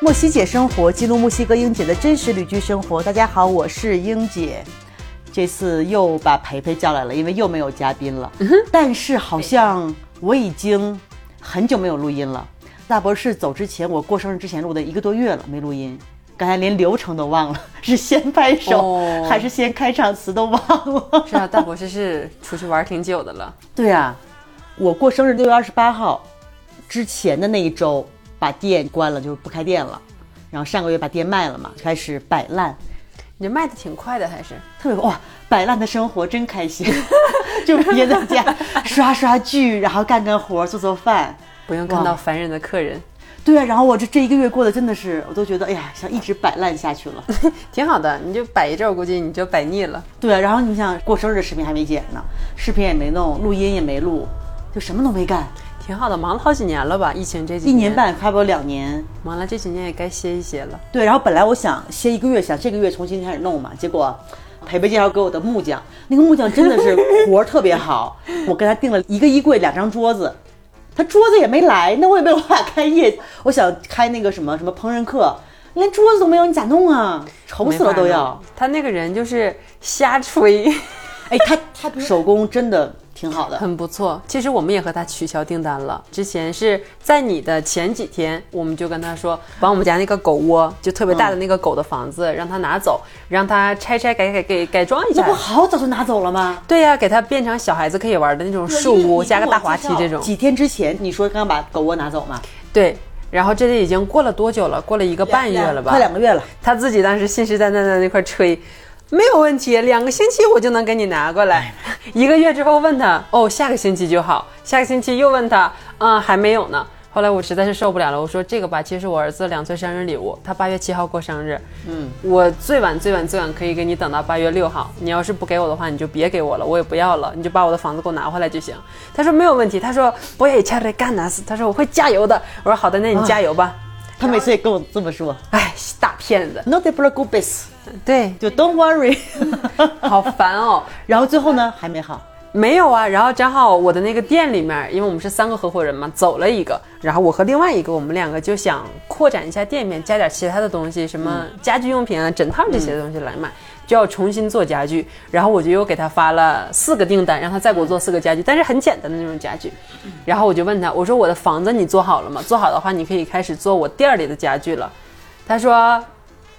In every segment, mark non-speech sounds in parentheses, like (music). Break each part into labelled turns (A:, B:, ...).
A: 墨西姐生活，记录墨西哥英姐的真实旅居生活。大家好，我是英姐。这次又把培培叫来了，因为又没有嘉宾了。但是好像我已经很久没有录音了。大博士走之前，我过生日之前录的一个多月了，没录音。刚才连流程都忘了，是先拍手、
B: 哦
A: 还是先开场词都忘了。
B: 是啊，大博士是出去玩挺久的了。
A: 对啊，我过生日六月二十八号之前的那一周把店关了，就是不开店了。然后上个月把店卖了嘛，开始摆烂，
B: 你这卖的挺快的，还是
A: 特别哇，摆烂的生活真开心， (laughs) 就憋在家刷刷剧，然后干干活，做做饭。
B: 不用看
A: 哇
B: 到烦人的客人，
A: 对啊，然后我这这一个月过得真的是，我都觉得哎呀，想一直摆烂下去了。
B: 挺好的。你就摆一阵儿，我估计你就摆腻了。
A: 对啊，然后你想过生日的视频还没剪呢，视频也没弄，录音也没录，就什么都没干，
B: 挺好的，忙了好几年了吧？疫情这几
A: 一年，半快不了两年。
B: 忙了这几年也该歇一歇了。
A: 对，然后本来我想歇一个月，想这个月重新开始弄嘛，结果培培介绍给我的木匠，那个木匠真的是活儿特别好，我跟他订了一个衣柜，两张桌子。他桌子也没来，那我也没有办法开业。我想开那个什么什么烹饪课，连桌子都没有，你咋弄啊？愁死了都要。
B: 没法弄。他那个人就是瞎吹， (laughs)
A: 哎，他他手工真的挺好的。
B: 很不错。其实我们也和他取消订单了。之前是在你的前几天，我们就跟他说，把我们家那个狗窝，就特别大的
A: 嗯
B: 那个狗的房子，让他拿走，让他拆拆改改改改装一
A: 这
B: 下
A: 不。好早就拿走了吗？
B: 对呀、给它变成小孩子可以玩的那种树屋，加个大滑梯这种。
A: 几天之前你说刚把狗窝拿走嘛？
B: 对，然后这里已经过了多久了？过了一个半月了吧？
A: 快两个月了。
B: 他自己当时信誓旦旦的那块吹，没有问题，两个星期我就能给你拿过来。一个月之后问他，哦，下个星期就好。下个星期又问他，嗯，还没有呢。后来我实在是受不了了，我说这个吧，其实是我儿子两岁生日礼物，他八月七号过生日，嗯，我最晚最晚最晚可以给你等到八月六号，你要是不给我的话，你就别给我了，我也不要了，你就把我的房子给我拿回来就行。他说没有问题，他说不会加雷干纳斯，他说我会加油的。我说好的，那你加油吧。
A: 他每次也跟我这么说
B: 哎，大骗子，
A: ，No te preocupes，
B: 对，。
A: 就 Don't worry
B: (laughs) 好烦哦。
A: 然后最后呢，还没好。
B: 没有啊，然后正好我的那个店里面，因为我们是三个合伙人嘛，走了一个，然后我和另外一个，我们两个就想扩展一下店面，加点其他的东西，什么家居用品啊、枕套这些东西来卖，就要重新做家具。然后我就又给他发了四个订单，让他再给我做四个家具，但是很简单的那种家具。然后我就问他，我说我的房子你做好了吗？做好的话，你可以开始做我店儿里的家具了。他说，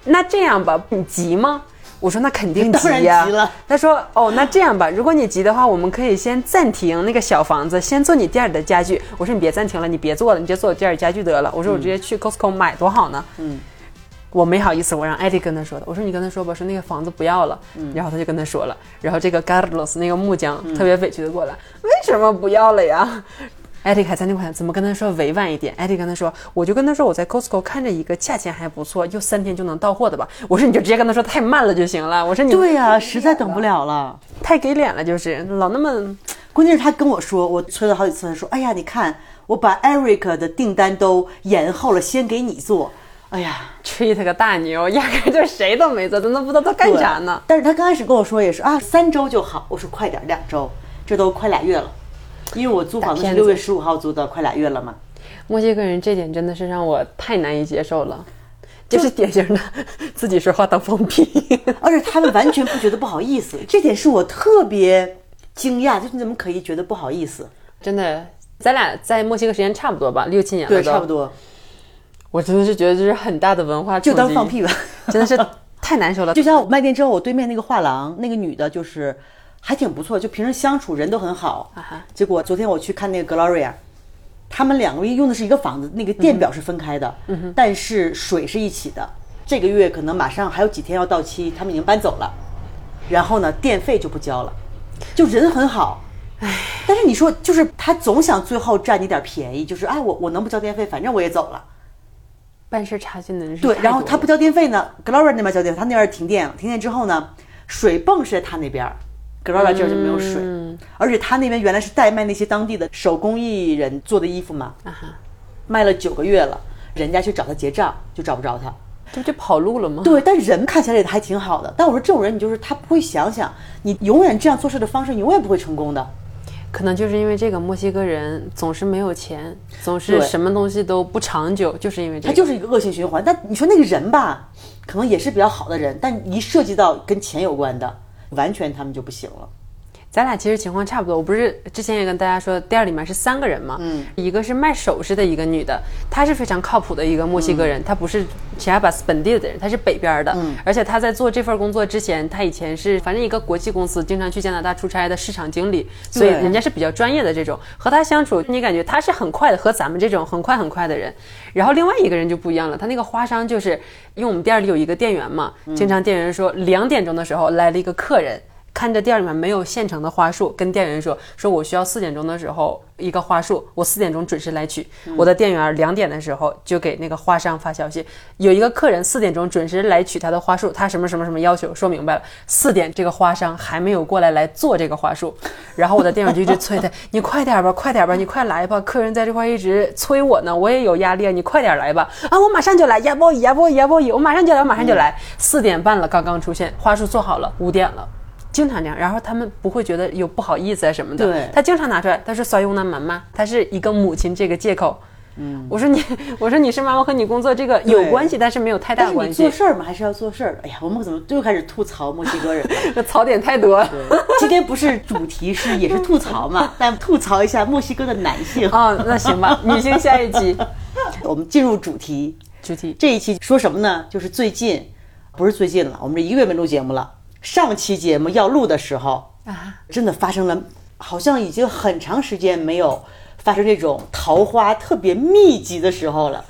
B: 那这样吧，你急吗？我说那肯定
A: 当然
B: 急呀、
A: 急了
B: 他说：“哦，那这样吧，如果你急的话，我们可以先暂停那个小房子，先做你店里的家具。”我说：“你别暂停了，你别做了，你直接做我店里家具得了。”我说：“我直接去 Costco 买多好呢。”嗯，我没好意思，我让艾迪跟他说的。我说：“你跟他说吧，说那个房子不要了。
A: 嗯
B: 然后他就跟他说了。然后这个 Carlos 那个木匠、特别委屈的过
A: 嗯
B: 来：“为什么不要了呀？”艾迪还在那块怎么跟他说委婉一点？艾迪跟他说，我就跟他说我在 Costco 看着一个价钱还不错，又三天就能到货的吧。我说你就直接跟他说太慢了就行了。我说你
A: 对呀、实在等不了了。
B: 太给脸了，就是老那么
A: 关键是他跟我说，我催了好几次，他说：“哎呀，你看，我把 Eric 的订单都延后了，先给你做。”哎呀，
B: 吹他个大牛，压根儿就谁都没做，都那不知道他干啥呢
A: 对。但是他刚开始跟我说也是啊，三周就好。我说快点，两周，这都快俩月了。因为我租房子
B: 大
A: 是
B: 骗子
A: 六月十五号租的，快俩月了嘛。
B: 墨西哥人这点真的是让我太难以接受了，就是典型的 (laughs) 自己说话当放屁。
A: 而且他们完全不觉得不好意思，这点是我特别惊讶，就是你怎么可以觉得不好意思？
B: (laughs) 真的，咱俩在墨西哥时间差不多吧，六七年了
A: 对，
B: 都
A: 差不。多，
B: 我真的是觉得这是很大的文化
A: 就
B: 冲
A: 当
B: 击
A: 放，屁吧。
B: (laughs) 真的是太难受了。
A: 就像我卖店之后，我对面那个画廊那个女的，就是还挺不错，就平时相处人都很好。
B: 啊哈
A: 结果昨天我去看那个 Gloria，他们两个人用的是一个房子，那个
B: 嗯
A: 电表是分开的，但是水是一起的。这个月可能马上还有几天要到期，他们已经搬走了，然后呢，电费就不交了，就人很好。但是你说，就是他总想最后占你点便宜，就是哎，我我能不交电费，反正我也走了。
B: 办事差劲的人是
A: 对，
B: 太
A: 然后
B: 多
A: 他
B: 了
A: 不交电费呢，Gloria 那边交电费，他那边停电了，停电之后呢，水泵是在他那边儿，Gloria
B: 嗯
A: 这边就没有水，而且他那边原来是代卖那些当地的手工艺人做的衣服嘛，
B: 啊哈，
A: 卖了九个月了，人家去找他结账就找不着
B: 啊
A: 他。
B: 这不就跑路了吗？
A: 对，但人看起来也还挺好的，但我说这种人，你就是他不会想想，你永远这样做事的方式，你永远不会成功的。
B: 可能就是因为这个墨西哥人总是没有钱，总是
A: 对
B: 什么东西都不长久，就是因为这
A: 它
B: 个。
A: 就是一个恶性循环。但你说那个人吧，可能也是比较好的人，但一涉及到跟钱有关的，完全他们就不行了。
B: 咱俩其实情况差不多，我不是之前也跟大家说，店里面是三个人嘛，嗯，一个是卖首饰的一个女的，她是非常靠谱的一个墨西哥人，她不是其他巴斯本地的人，她是北边的，嗯，而且她在做这份工作之前，她以前是反正一个国际公司经常去加拿大出差的市场经理，所以
A: 对
B: 人家是比较专业的这种，和她相处，你感觉她是很快的，和咱们这种很快很快的人，然后另外一个人就不一样了，他那个花商就是因为我们店里有一个店员嘛，经常店员说两点钟的时候来了一个客人。看着店里面没有现成的花束，跟店员说说我需要四点钟的时候一个花束，我四点钟准时来取。我的店员两点的时候就给那个花商发消息，有一个客人四点钟准时来取他的花束，他什么什么什么要求说明白了，四点这个花商还没有过来来做这个花束，然后我的店员就一直催他， (laughs) 你快点吧，快点吧，你快来吧，客人在这块一直催我呢，我也有压力啊，你快点来吧，啊，我马上就来，呀包呀包呀包我马上就来，我马上就来，四点半了刚刚出现，花束做好了，五点了。经常这样，然后他们不会觉得有不好意思啊什么的。
A: 对
B: 他经常拿出来，他说“所用的妈妈”，他是一个母亲这个借口。嗯，我说你， (laughs) 我说你是妈妈和你工作这个有
A: 对
B: 关系，但是没有太
A: 但
B: 大
A: 是
B: 关
A: 你
B: 系
A: 做。事儿嘛，还是要做事儿的。哎呀，我们怎么又开始吐槽墨西哥
B: (laughs)
A: 人了？
B: 这槽点太多了。
A: 今天不是主题是也是吐槽嘛，但吐槽一下墨西哥的男性。
B: 啊、那行 (laughs) 吧，女性下一集
A: 我们进入主题，
B: 主题
A: 这一期说什么呢？就是最近，不是最近了，我们这一个月没录节目了。上期节目要录的时候，
B: 啊，
A: 真的发生了，好像已经很长时间没有发生这种桃花特别密集的时候了。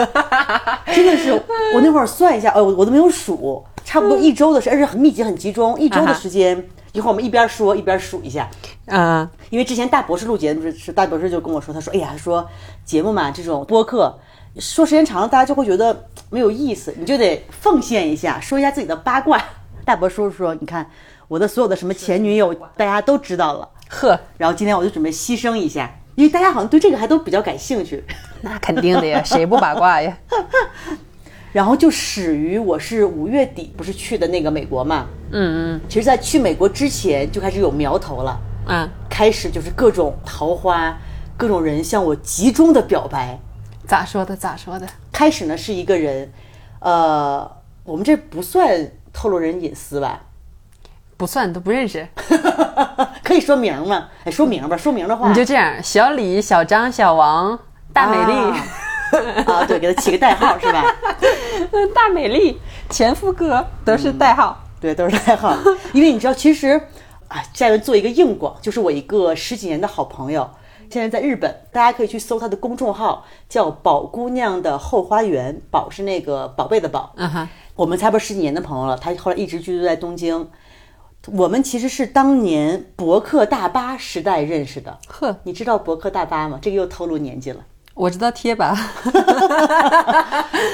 A: 真的是，我那会儿算一下，哎，我我都没有数，差不多一周的时，而且很密集、很集中，一周的时间。一会儿我们一边说一边数一下，
B: 啊、
A: 因为之前大博士录节目是是大博士就跟我说，他说：“哎呀，说节目嘛，这种播客说时间长了，大家就会觉得没有意思，你就得奉献一下，说一下自己的八卦。”大博士说说，你看我的所有的什么前女友，大家都知道了。
B: 呵，
A: 然后今天我就准备牺牲一下，因为大家好像对这个还都比较感兴趣。
B: 那肯定的呀，谁不八卦呀？
A: 然后就始于我是五月底不是去的那个美国嘛，
B: 嗯
A: 其实，在去美国之前就开始有苗头了，
B: (laughs) 嗯啊，
A: 开始就是各种桃花，各种人向我集中的表白。
B: 咋说的？咋说的？
A: 开始呢是一个人，呃，我们这不算透露人隐私吧？
B: 不算，都不认识。
A: 可以说名吗？哎，说名吧，说名的话
B: 你就这样，小李、小张、小王、大美丽。
A: 啊，对，给他起个代号是吧？
B: 嗯， (laughs) 大美丽、前夫哥都是代号。
A: 对，都是代号。因为你知道，其实啊，下面做一个硬广，就是我一个十几年的好朋友，现在在日本，大家可以去搜他的公众号，叫“宝姑娘的后花园”，宝是那个宝贝的宝。
B: 嗯哼，
A: 我们差不多十几年的朋友了，他后来一直居住在东京。我们其实是当年博客大巴时代认识的。
B: 呵，
A: 你知道博客大巴吗？这个又透露年纪了。
B: 我知道贴吧。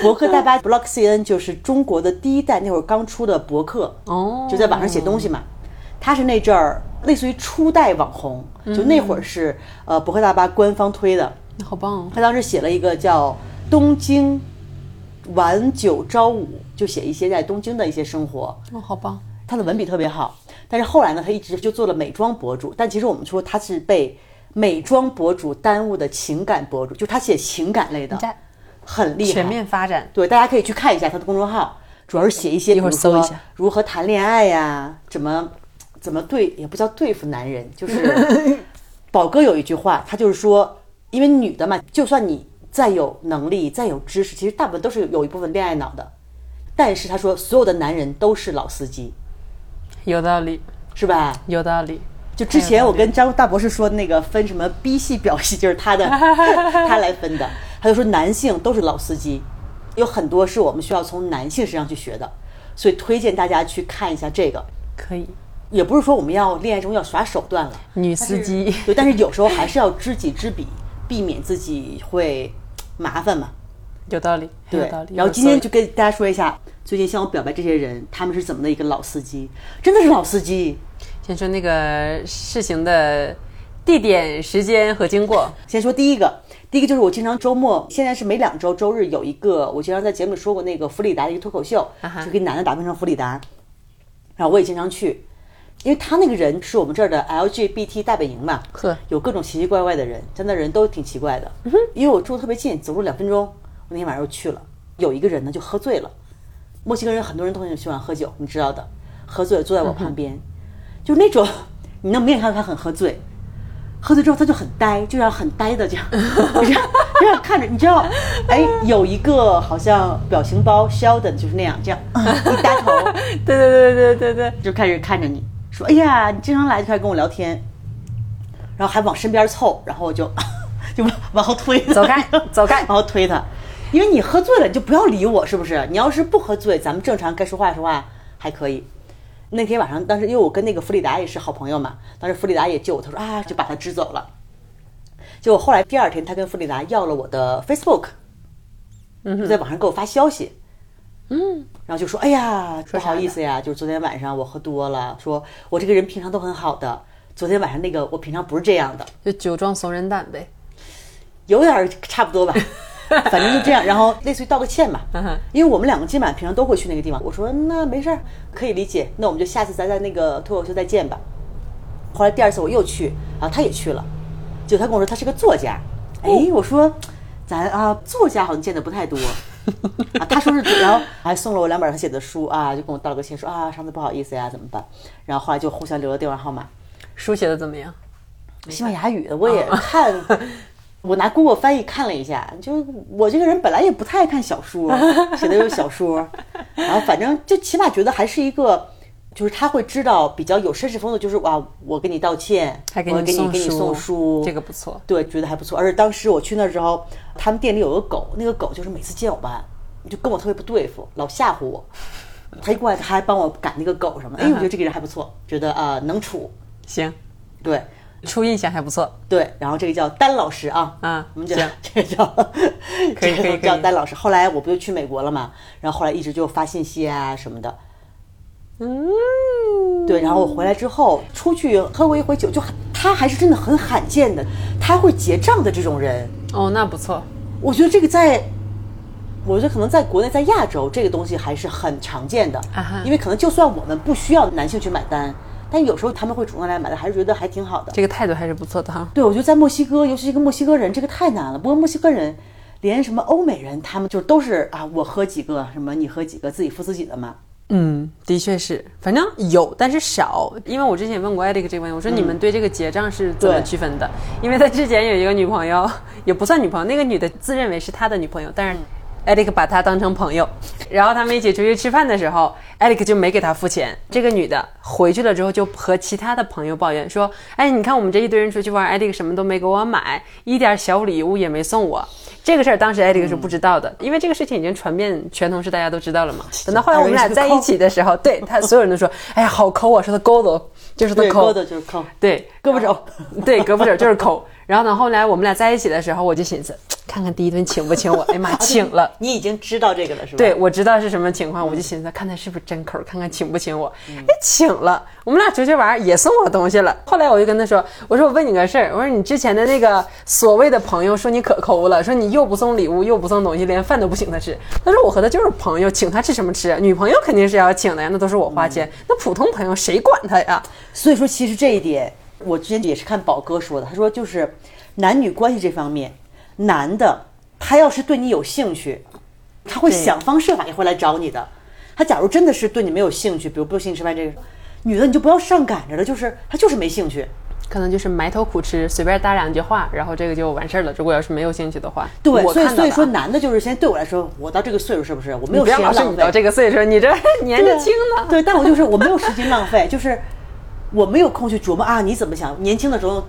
A: 博客大巴 （Blog CN） 就是中国的第一代，那会儿刚出的博客。
B: (laughs) 哦
A: 就在网上写东西嘛。他是那阵儿类似于初代网红，就那会儿是
B: 嗯
A: 呃博客大巴官方推的。
B: 好棒哦！
A: 他当时写了一个叫《东京晚九朝五》，就写一些在东京的一些生活。
B: 哦，好棒。
A: 他的文笔特别好，但是后来呢，他一直就做了美妆博主。但其实我们说他是被美妆博主耽误的情感博主，就他写情感类的
B: 你在，
A: 很厉害，
B: 全面发展。
A: 对，大家可以去看一下他的公众号，主要是写一些，
B: 一会儿
A: 比如说
B: 搜一下
A: 如何谈恋爱呀、怎么怎么对，也不叫对付男人，就是 (laughs) 宝哥有一句话，他就是说，因为女的嘛，就算你再有能力、再有知识，其实大部分都是有有一部分恋爱脑的，但是他说所有的男人都是老司机，
B: 有道理，
A: 是吧？
B: 有道理。
A: 就之前我跟张大博士说那个分什么 B 系、表系，就是他
B: (laughs)
A: 的，他来分的。他就说男性都是老司机，有很多是我们需要从男性身上去学的，所以推荐大家去看一下这个。
B: 可以，
A: 也不是说我们要恋爱中要耍手段了，
B: 女司机
A: 对，但是有时候还是要知己知彼，避免自己会麻烦嘛。
B: 有道理，很有
A: 对
B: 道理。，
A: 然后
B: 有
A: 今天
B: 道
A: 就
B: 理
A: 跟大家说一下，最近向我表白这些人，他们是怎么的一个老司机，真的是老司机。
B: 先说那个事情的地点、时间和经过。
A: 先说第一个，第一个就是我经常周末，现在是每两周周日有一个，我经常在节目里说过那个弗里达的一个脱口秀，
B: 啊哈
A: 就给男的打扮成弗里达，然后我也经常去。因为他那个人是我们这儿的 LGBT 大本营嘛，
B: 呵
A: 有各种奇奇怪怪的人，真的人都挺奇怪的。因为我住得特别近，走路两分钟，我那天晚上又去了。有一个人呢就喝醉了，墨西哥人很多人都很喜欢喝酒，你知道的，喝醉了坐在我旁边，就那种你能明显看到他很喝醉，喝醉之后他就很呆，就像很呆的这样， (laughs) 就这样这样看着，你知道，哎，有一个好像表情包 Sheldon 就是那样，这样一呆头，
B: (laughs) 对对对对对对，
A: 就开始看着你说：“哎呀，你经常来，就开始跟我聊天，然后还往身边凑，然后我就 (laughs) 就往往后推，
B: 走开走
A: (laughs)
B: 开
A: 然后推他，因为你喝醉了，你就不要理我，是不是？你要是不喝醉，咱们正常该说话说话还可以。”那天晚上，当时因为我跟那个弗里达也是好朋友嘛，当时弗里达也救我，他说啊，就把他支走了。结果后来第二天，他跟弗里达要了我的 Facebook，就
B: 嗯
A: 在网上给我发消息，然后就说：“哎呀，不
B: 说啥
A: 好
B: 呢
A: 意思呀，就是昨天晚上我喝多了，说我这个人平常都很好的，昨天晚上那个我平常不是这样的，
B: 就酒壮怂人胆呗。
A: 有点儿差不
B: (laughs)
A: 多吧，反正就这样。然后类似于道个歉吧
B: 嗯哼，
A: 因为我们两个今晚平常都会去那个地方。我说那没事儿，可以理解。那我们就下次咱在那个脱口秀再见吧。后来第二次我又去，然后他也去了，就他跟我说他是个作家。哎，
B: 哦
A: 我说咱啊作家好像见的不太
B: (laughs)
A: 多。啊，他说是作，然后还送了我两本他写的书啊，就跟我道了个歉，说啊上次不好意思呀，怎么办？然后后来就互相留了电话号码。
B: 书写的怎么样？
A: 西班牙语的，我也
B: 哦
A: 看，我拿 Google 翻译看了一下，就我这个人本来也不太爱看小说，写的又是小说，然后反正就起码觉得还是一个。就是他会知道比较有绅士风度，就是哇，我跟你道歉，
B: 还给
A: 我
B: 你
A: 给你
B: 送
A: 给你送书，
B: 这个不错。
A: 对，觉得还不错。而且当时我去那之后，他们店里有个狗，那个狗就是每次见我吧，就跟我特别不对付，老吓唬我。他一过来，他还帮我赶那个狗什么的，哎，我觉得这个人还不错，觉得啊、能处，
B: 行，
A: 对。
B: 初印象还不错。
A: 对，然后这个叫丹老师啊，
B: 啊
A: 我们叫
B: 行
A: (laughs) 这个叫，
B: (laughs) 可以
A: (laughs) 这
B: 可以
A: 个
B: 可
A: 叫
B: 以
A: 丹老师。后来我不就去美国了嘛，然后后来一直就发信息啊什么的。
B: 嗯，
A: 对，然后我回来之后出去喝过一回酒，就很他还是真的很罕见的，他会结账的这种人，
B: 哦，那不错。
A: 我觉得这个在。我觉得可能在国内，在亚洲这个东西还是很常见的，
B: 啊哈
A: 因为可能就算我们不需要男性去买单，但有时候他们会主动来买单，还是觉得还挺好的。
B: 这个态度还是不错的哈。
A: 对，我觉得在墨西哥，尤其是跟墨西哥人，这个太难了。不过墨西哥人，连什么欧美人，他们就都是啊，我喝几个，什么你喝几个，自己付自己的嘛。
B: 嗯，的确是，反正有，但是少。因为我之前也问过艾利克这个问题，我说你们对这个结账是怎么
A: 对
B: 区分的？因为他之前有一个女朋友， (laughs) 也不算女朋友，那个女的自认为是他的女朋友，但是艾利克把她当成朋友。然后他们一起出去吃饭的时候，艾利克就没给她付钱。这个女的回去了之后，就和其他的朋友抱怨说：“哎，你看我们这一堆人出去玩，艾利克什么都没给我买，一点小礼物也没送我。”这个事儿当时艾利克是不知道的，因为这个事情已经传遍全同事，大家都知道了嘛。等到后来我们俩在一起的时候，对他所有人都说，哎呀，好抠啊，说他勾的，就是他
A: 对，
B: 抠
A: 勾的就是抠，
B: 对，
A: 胳膊肘。
B: 对，胳膊肘就是抠。然后呢，后来我们俩在一起的时候，我就寻思，看看第一顿请不请我，哎呀妈，请了。
A: 你已经知道这个了，是吧？
B: 对，，我知道是什么情况，我就寻思看他是不是真
A: 嗯
B: 抠，看看请不请我。哎，请了，我们俩出去玩也送我东西了。后来我就跟他说，我说我问你个事儿，我说你之前的那个所谓的朋友说你可抠了，说你又不送礼物又不送东西，连饭都不请他吃。他说我和他就是朋友，请他吃什么吃？女朋友肯定是要请的呀，那都是我花
A: 嗯
B: 钱，那普通朋友谁管他呀？
A: 所以说其实这一点，我之前也是看宝哥说的，他说就是男女关系这方面，男的他要是对你有兴趣，他会
B: 对
A: 想方设法也会来找你的。他假如真的是对你没有兴趣，比如不请你吃饭这个，女的你就不要上赶着了，就是他就是没兴趣。
B: 可能就是埋头苦吃，随便搭两句话，然后这个就完事儿了。如果要是没有兴趣的话，
A: 对，
B: 我
A: 所以
B: 看到
A: 所以
B: 的啊
A: 说男的就是现在对我来说，我到这个岁数是不是我没有
B: 不
A: 时
B: 要
A: 间
B: 老是
A: 浪
B: 你到
A: 费？
B: 这个岁数，你这年
A: 对
B: 着
A: 啊
B: 轻呢。
A: (laughs) 对，但我就是我没有时间浪费，就是我没有空去琢磨啊，你怎么想？年轻的时候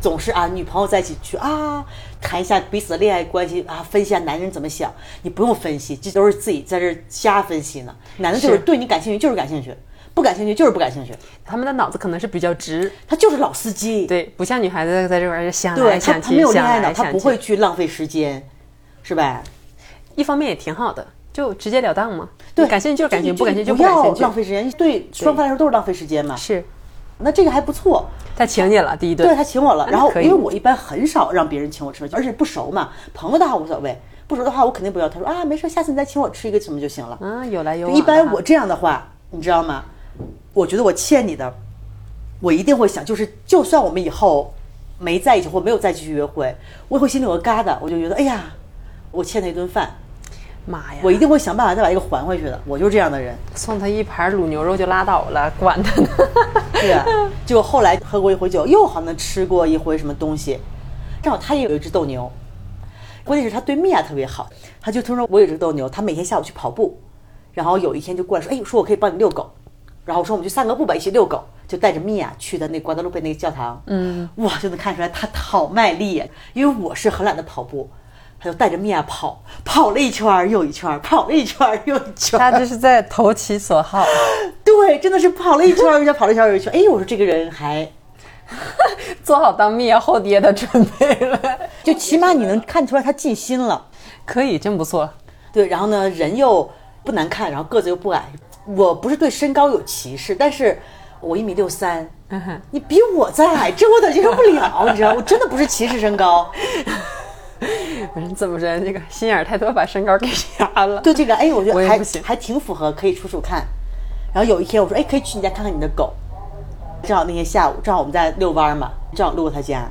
A: 总是啊，女朋友在一起去啊，谈一下彼此的恋爱关系啊，分析一下男人怎么想。你不用分析，这都是自己在这儿瞎分析呢。男的就是
B: 是
A: 对你感兴趣就是感兴趣，不感兴趣就是不感兴趣，
B: 他们的脑子可能是比较直，
A: 他就是老司机。
B: 对，不像女孩子在这玩意儿想
A: 对
B: 来
A: 他
B: 想
A: 他没
B: 去，
A: 有恋
B: 想
A: 爱
B: 来
A: 脑，
B: 想
A: 他
B: 去。
A: 不会，去浪费时间，是吧？
B: 一方面也挺好的，就直截了当嘛。
A: 对，
B: 你感兴趣就是感兴趣，不感兴趣就
A: 不
B: 不感
A: 要
B: 兴趣
A: 浪。费时间，对双方来说都是浪费时间嘛。
B: 是，
A: 那这个还不错，
B: 他请你了第一顿，
A: 对他请我了，
B: 那
A: 然后
B: 可以
A: 因为我一般很少让别人请我吃饭，而且不熟嘛，朋友的话无所谓，不熟的话我肯定不要。他说啊，没事，下次你再请我吃一个什么就行了。
B: 啊，有来有
A: 就
B: 往。
A: 一般我，这样的话，你知道吗？我觉得我欠你的，我一定会想，就是就算我们以后没在一起或没有再继续约会，我也会心里有个疙瘩，我就觉得哎呀，我欠他一顿饭，
B: 妈呀！
A: 我一定会想办法再把这个还回去的。我就是这样的人。
B: 送他一盘卤牛肉就拉倒了，管他呢。
A: 对啊，就后来喝过一回酒，又好像吃过一回什么东西，正好他也有一只斗牛，关键是他对米娅特别好，他就听说我有一只斗牛，他每天下午去跑步，然后有一天就过来说，哎，说我可以帮你遛狗，然后说我们去散个步吧，一起遛狗，就带着米娅去的那瓜德路贝那个教堂，嗯，哇，就能看出来他好卖力，因为我是很懒得跑步。他就带着米娅跑，跑了一圈儿又一圈儿，跑了一圈儿又一
B: (laughs)
A: 圈儿。
B: 他这是在投其所好，
A: 对，真的是跑了一圈儿，又跑了一圈儿，又一圈儿。哎，我说这个人还
B: 做好当灭后爹的准备了。
A: 就起码你能看出来他尽心了。
B: 可以，真不错。
A: 对，然后呢，人又不难看，然后个子又不矮。我不是对身高有歧视，但是我一米六三，你比我再矮，这我得接受不了，你知道？我真的不是歧视身高。
B: 我说怎么着，这个心眼儿太多，把身高给压了。
A: 对这个，哎，我觉
B: 我
A: 得
B: 也
A: 还
B: 不行
A: 还挺符合，可以处处看。然后有一天我说，哎，可以去你家看看你的狗。正好那天下午，正好我们在遛弯儿嘛，正好路过他家。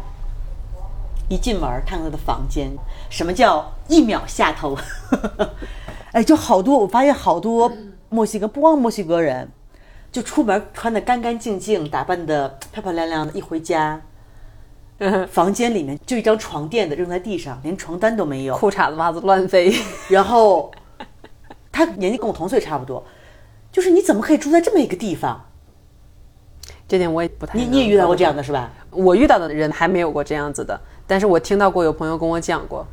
A: 一进门儿看看他的房间，什么叫一秒下头？ (laughs) 哎，就好多，我发现好多墨西哥，不光墨西哥人，就出门穿的干干净净，打扮的漂漂亮亮的，一回家，房间里面就一张床垫子扔在地上，连床单都没有。
B: (laughs) 裤衩子袜子乱飞，
A: 然后他年纪跟我同岁差不多，就是你怎么可以住在这么一个地方？
B: 这哎点我也不太。
A: 你你也遇到过这？样的是吧？
B: 我遇到的人还没有过这样子的，但是我听到过有朋友跟我讲过。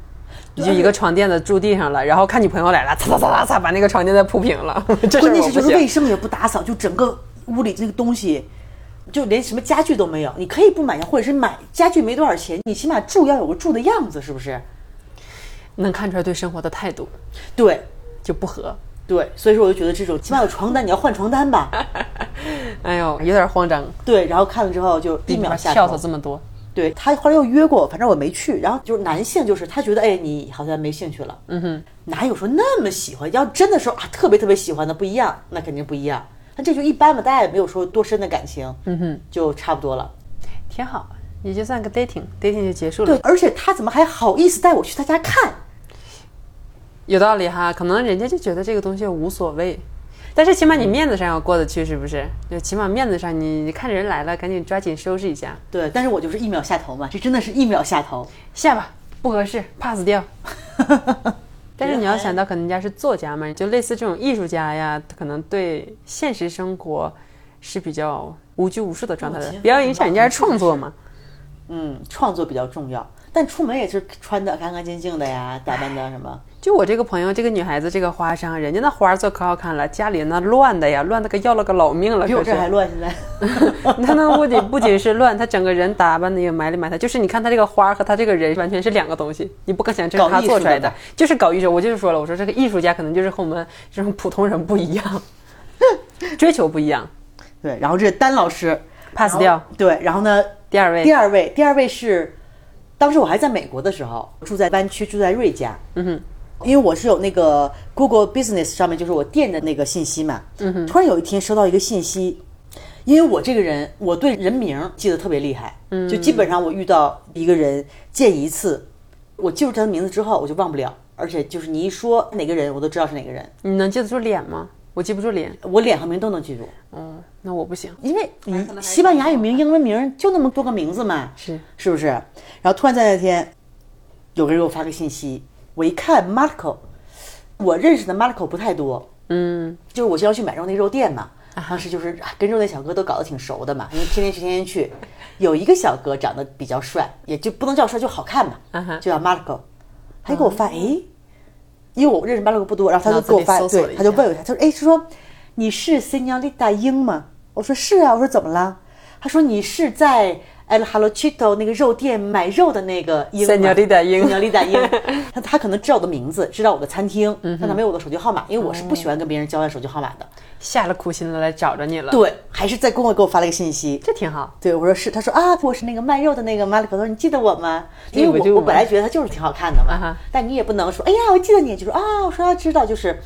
B: 就一个床垫子住地上了，然后看你朋友来了，擦擦擦擦擦，把那个床垫再铺平了。 (laughs) 这事
A: 关
B: 儿
A: 键
B: 我
A: 是
B: 不
A: 就是
B: 行。
A: 卫生也不打扫，就整个屋里这个东西，就连什么家具都没有。你可以不买，或者是买家具没多少钱，你起码住要有个住的样子，是不是？
B: 能看出来对生活的态度
A: 对
B: 就不合。
A: 对，所以说我就觉得这种起码有床单，你要换床单吧。嗯
B: 哎呦，有点慌张，
A: 对，然后看了之后就一秒下
B: 跳
A: 头
B: 蚤。这么多，
A: 对他后来又约过我，反正我没去。然后就是男性，就是他觉得哎，你好像没兴趣了。嗯哼，哪有说那么喜欢？要真的说啊，特别特别喜欢的不一样，那肯定不一样。那这就一般吧，大家也没有说多深的感情。嗯哼，就差不多了。
B: 挺好，也就算个 dating，dating 就结束
A: 对
B: 了，，
A: 而且他怎么还好意思带我去他家看？
B: 有道理哈。可能人家就觉得这个东西无所谓，但是起码你面子上要过得去，是不是？就起码面子上你，你看人来了，赶紧抓紧收拾一下，
A: 对，但是我就是一秒下头嘛，这真的是一秒下头。
B: 下巴不合适，pass 掉。 (laughs) 但是你要想到，可能人家是作家嘛，就类似这种艺术家呀，他可能对现实生活是比较无拘无束的状态
A: 我
B: 的
A: 觉，得
B: 不要影响人家创作嘛。
A: 嗯，创作比较重要，但出门也是穿的干干净净的呀，打扮的什么。
B: 就我这个朋友，这个女孩子，这个花商，人家那花做可好看了，家里那乱的呀，乱的个要了个老命了。
A: 比哎我这
B: 可是
A: 还。乱，现 (laughs) 在。
B: (laughs) 她那屋里不仅是乱，她整个人打扮的也埋里埋汰。就是你看她这个花和她这个人完全是两个东西，你不可想这是
A: 搞
B: 她
A: 艺术
B: 做出来
A: 的
B: 的，就是搞艺术。我就是说了，我说这个艺术家可能就是和我们这种普通人不一样，追求不一样。
A: 对，然后这是丹老师然
B: pass
A: 后
B: 掉
A: 对，然后呢，
B: 第二位，
A: 第二位，第二位是，当时我还在美国的时候，住在湾区，住在瑞家。嗯哼，因为我是有那个 Google Business 上面就是我店的那个信息嘛。嗯哼，突然有一天收到一个信息，因为我这个人我对人名记得特别厉害，嗯，就基本上我遇到一个人见一次，我记住他的名字之后我就忘不了，而且就是你一说哪个人，我都知道是哪个人，
B: 你能记得住脸吗？我记不住脸，
A: 我脸和名都能记住。
B: 嗯，那我不行。
A: 因为你西班牙语名、英文名就那么多个名字嘛，
B: 是
A: 是不是？然后突然在那天，有个人给我发个信息，我一看 Marco，我认识的 Marco 不太多，
B: 嗯，
A: 就是我经常去买肉那肉店嘛，当时就是啊跟肉那小哥都搞得挺熟的嘛，因为天天去天天
B: (laughs)
A: 去。有一个小哥长得比较帅，也就不能叫帅，就好看
B: 嗯
A: 嘛，
B: 哼
A: 就叫 Marco，他就给我发，哎、因为我认识 Marco 不多，然后他就
B: 哦脑子
A: 给我
B: 里
A: 发，
B: 搜索了
A: 对，
B: 一
A: 他就
B: 下
A: 问我一下，他说，哎，他说你是 Señorita 英吗？我说是啊，我说怎么了？他说你是在 El Halochito 那个肉店买肉的那个英吗
B: Señorita 英
A: Señorita
B: (laughs)
A: 英，他他可能知道我的名字，知道我的餐厅，
B: 嗯
A: 但他没有我的手机号码，因为我是不喜
B: 哦
A: 欢跟别人交换手机号码的。
B: 下了苦心了来找着你了，，
A: 对，还是在公会给我发了一个信息。
B: 这挺好。
A: 对，我说是，他说啊，我是那个卖肉的那个马里克，他说你记得我吗？因为
B: 记得
A: 我
B: 我
A: 我本来觉得他就是挺好看的
B: 啊
A: 嘛
B: 哈，
A: 但你也不能说，哎呀，我记得你，就说啊，我说要知道，就是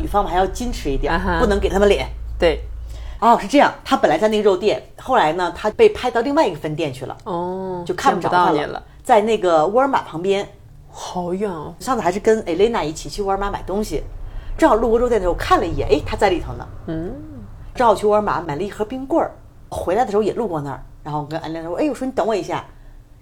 A: 女方嘛还要矜持一点
B: 啊，哈
A: 不能给他们脸。
B: 对，
A: 哦，是这样，他本来在那个肉店，后来呢，他被派到另外一个分店去了，
B: 哦，
A: 就看
B: 见
A: 着
B: 不
A: 他
B: 到你了，，
A: 在那个沃尔玛旁边。
B: 好远哦。
A: 上次还是跟 Elena 一起去沃尔玛买东西，正好路过肉店的时候看了一眼，哎，他在里头呢。嗯，正好去沃尔玛买了一盒冰棍儿，回来的时候也路过那儿，然后我跟 Elena 说，哎，我说你等我一下，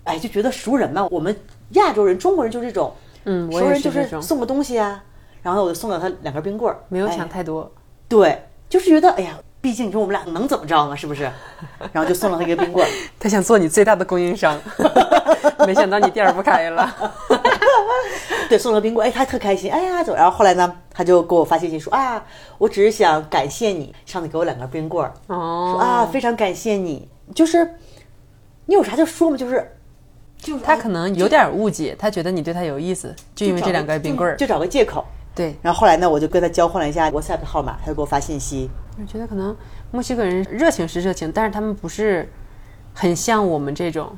A: 哎，就觉得熟人嘛，我们亚洲人、中国人就这种，
B: 嗯我
A: 熟
B: 也
A: 人
B: 是
A: 就
B: 这
A: 是
B: 种
A: 送个东西啊，然后我就送了他两根冰棍儿，
B: 没有
A: 哎
B: 想太多，
A: 对，就是觉得哎呀，毕竟你说我们俩能怎么着嘛，是不是？然后就送了他一个冰棍儿。
B: 他想做你最大的供应商， (laughs) 没想到你店儿不开了。 (laughs)
A: 对，送了冰棍，哎，他特开心，哎呀，走。然后后来呢，他就给我发信息说啊，我只是想感谢你，上次给我两根冰棍儿，说
B: 哦，
A: 啊，非常感谢你，就是你有啥就说嘛，就是就是
B: 他
A: 哎
B: 可能有点误解，他觉得你对他有意思，就因为
A: 找
B: 这两
A: 个
B: 根冰棍儿
A: 就。就找个借口。
B: 对，
A: 然后后来呢，我就跟他交换了一下 WhatsApp 号码，他就给我发信息，
B: 我觉得可能墨西哥人热情是热情，但是他们不是很像我们这种。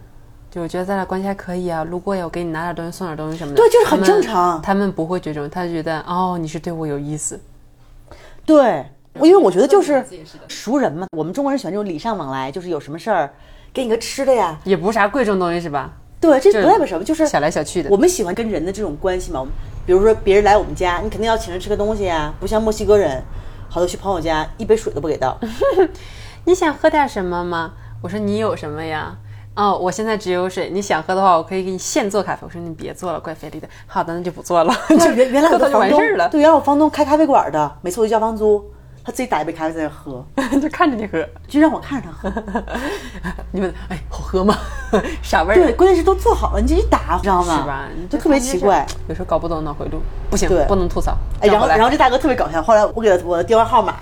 B: 就我觉得咱俩关系还可以啊，路过呀，我给你拿点东西，送点东西什么的。
A: 对这是很
B: 他们
A: 正常
B: 他们不会这种，他觉得哦，你是对我有意思。
A: 对，我因为我觉得就是
B: 自己嗯是的
A: 熟人嘛，我们中国人喜欢这种礼尚往来，就是有什么事儿给你个吃的呀，
B: 也不是啥贵重东西是吧？
A: 对，这
B: 就是
A: 不代表什么，就是
B: 小来小去的
A: 我。们喜欢跟人的这种关系嘛，我们比如说别人来我们家，你肯定要请人吃个东西呀、不像墨西哥人，好多去朋友家一杯水都不给
B: (laughs)
A: 倒。
B: 你想喝点什么吗？我说你有什么呀？哦，我现在只有水。你想喝的话，我可以给你现做咖啡。我说你别做了，怪费力的。好的，那就不做了。
A: 对，原原来我
B: 做
A: 的
B: 到 (laughs) 就
A: 房
B: 完
A: 东
B: 事儿了，
A: 对，原来我房东开咖啡馆的，每次我就交房租，他自己打一杯咖啡在那喝，
B: (laughs) 就看着你喝。
A: 就让我看着他喝。
B: 你问，哎，好喝吗？ (laughs) 啥味儿？
A: 对，关键是都做好了，你就一打，你知道吗？
B: 是吧？
A: 就特别奇怪。，
B: 有时候搞不懂脑回路，不行
A: 对，
B: 不能吐槽。
A: 哎，然后然
B: 后
A: 后这大哥特别搞笑，后来我给他我的电话号码，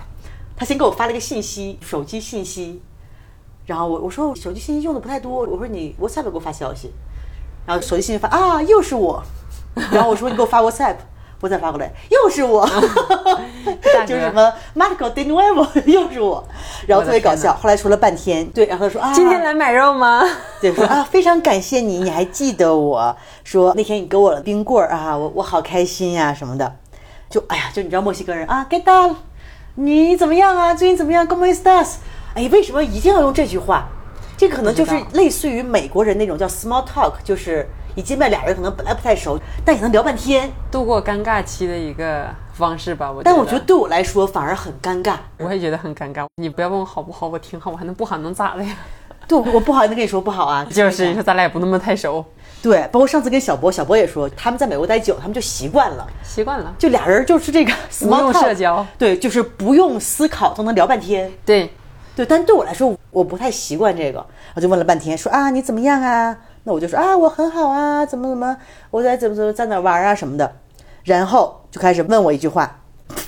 A: 他先给我发了一个信息，手机信息，然后我我说我手机信息用的不太多，我说你 WhatsApp 给我发消息，然后手机信息发啊又是我，然后我说你给我发 WhatsApp。我再发过来，又是我，
B: (laughs) 大哥
A: 就是什么 Marco de Nuevo，又是我，然后特别搞笑。后来说了半天，对，然后他说啊，
B: 今天来买肉吗？ (laughs)
A: 对，说啊，非常感谢你，你还记得我说那天你给我了冰棍儿啊，我我好开心呀、什么的，就哎呀，就你知道墨西哥人啊，get down，你怎么样啊？最近怎么样？Como estás？哎，为什么一定要用这句话？这可能就是
B: 不知道
A: 类似于美国人那种叫 small talk，就是一见面俩人可能本来不太熟，但也能聊半天。
B: 度过尴尬期的一个方式吧，我。
A: 但我觉得。对我来说反而很尴尬。
B: 我也觉得很尴尬，你不要问我好不好，我挺好，我还能不好能咋的
A: (laughs)
B: 呀？
A: 对，我我不好意思跟你说不好啊，
B: 就是你说 (laughs) 咱俩也不那么太熟，
A: 对，包括上次跟小博，小博也说他们在美国待久，他们就习惯了。
B: 习惯了。
A: 就俩人就是 (laughs) 这个 small
B: 用
A: talk
B: 社交，
A: 对，就是不用思考都能聊半天。 (laughs)
B: 对，。
A: 对，但对我来说，我不太习惯这个，我就问了半天，说啊你怎么样啊？那我就说啊我很好啊，怎么怎么，我在怎么怎么在哪儿玩啊什么的，然后就开始问我一句话，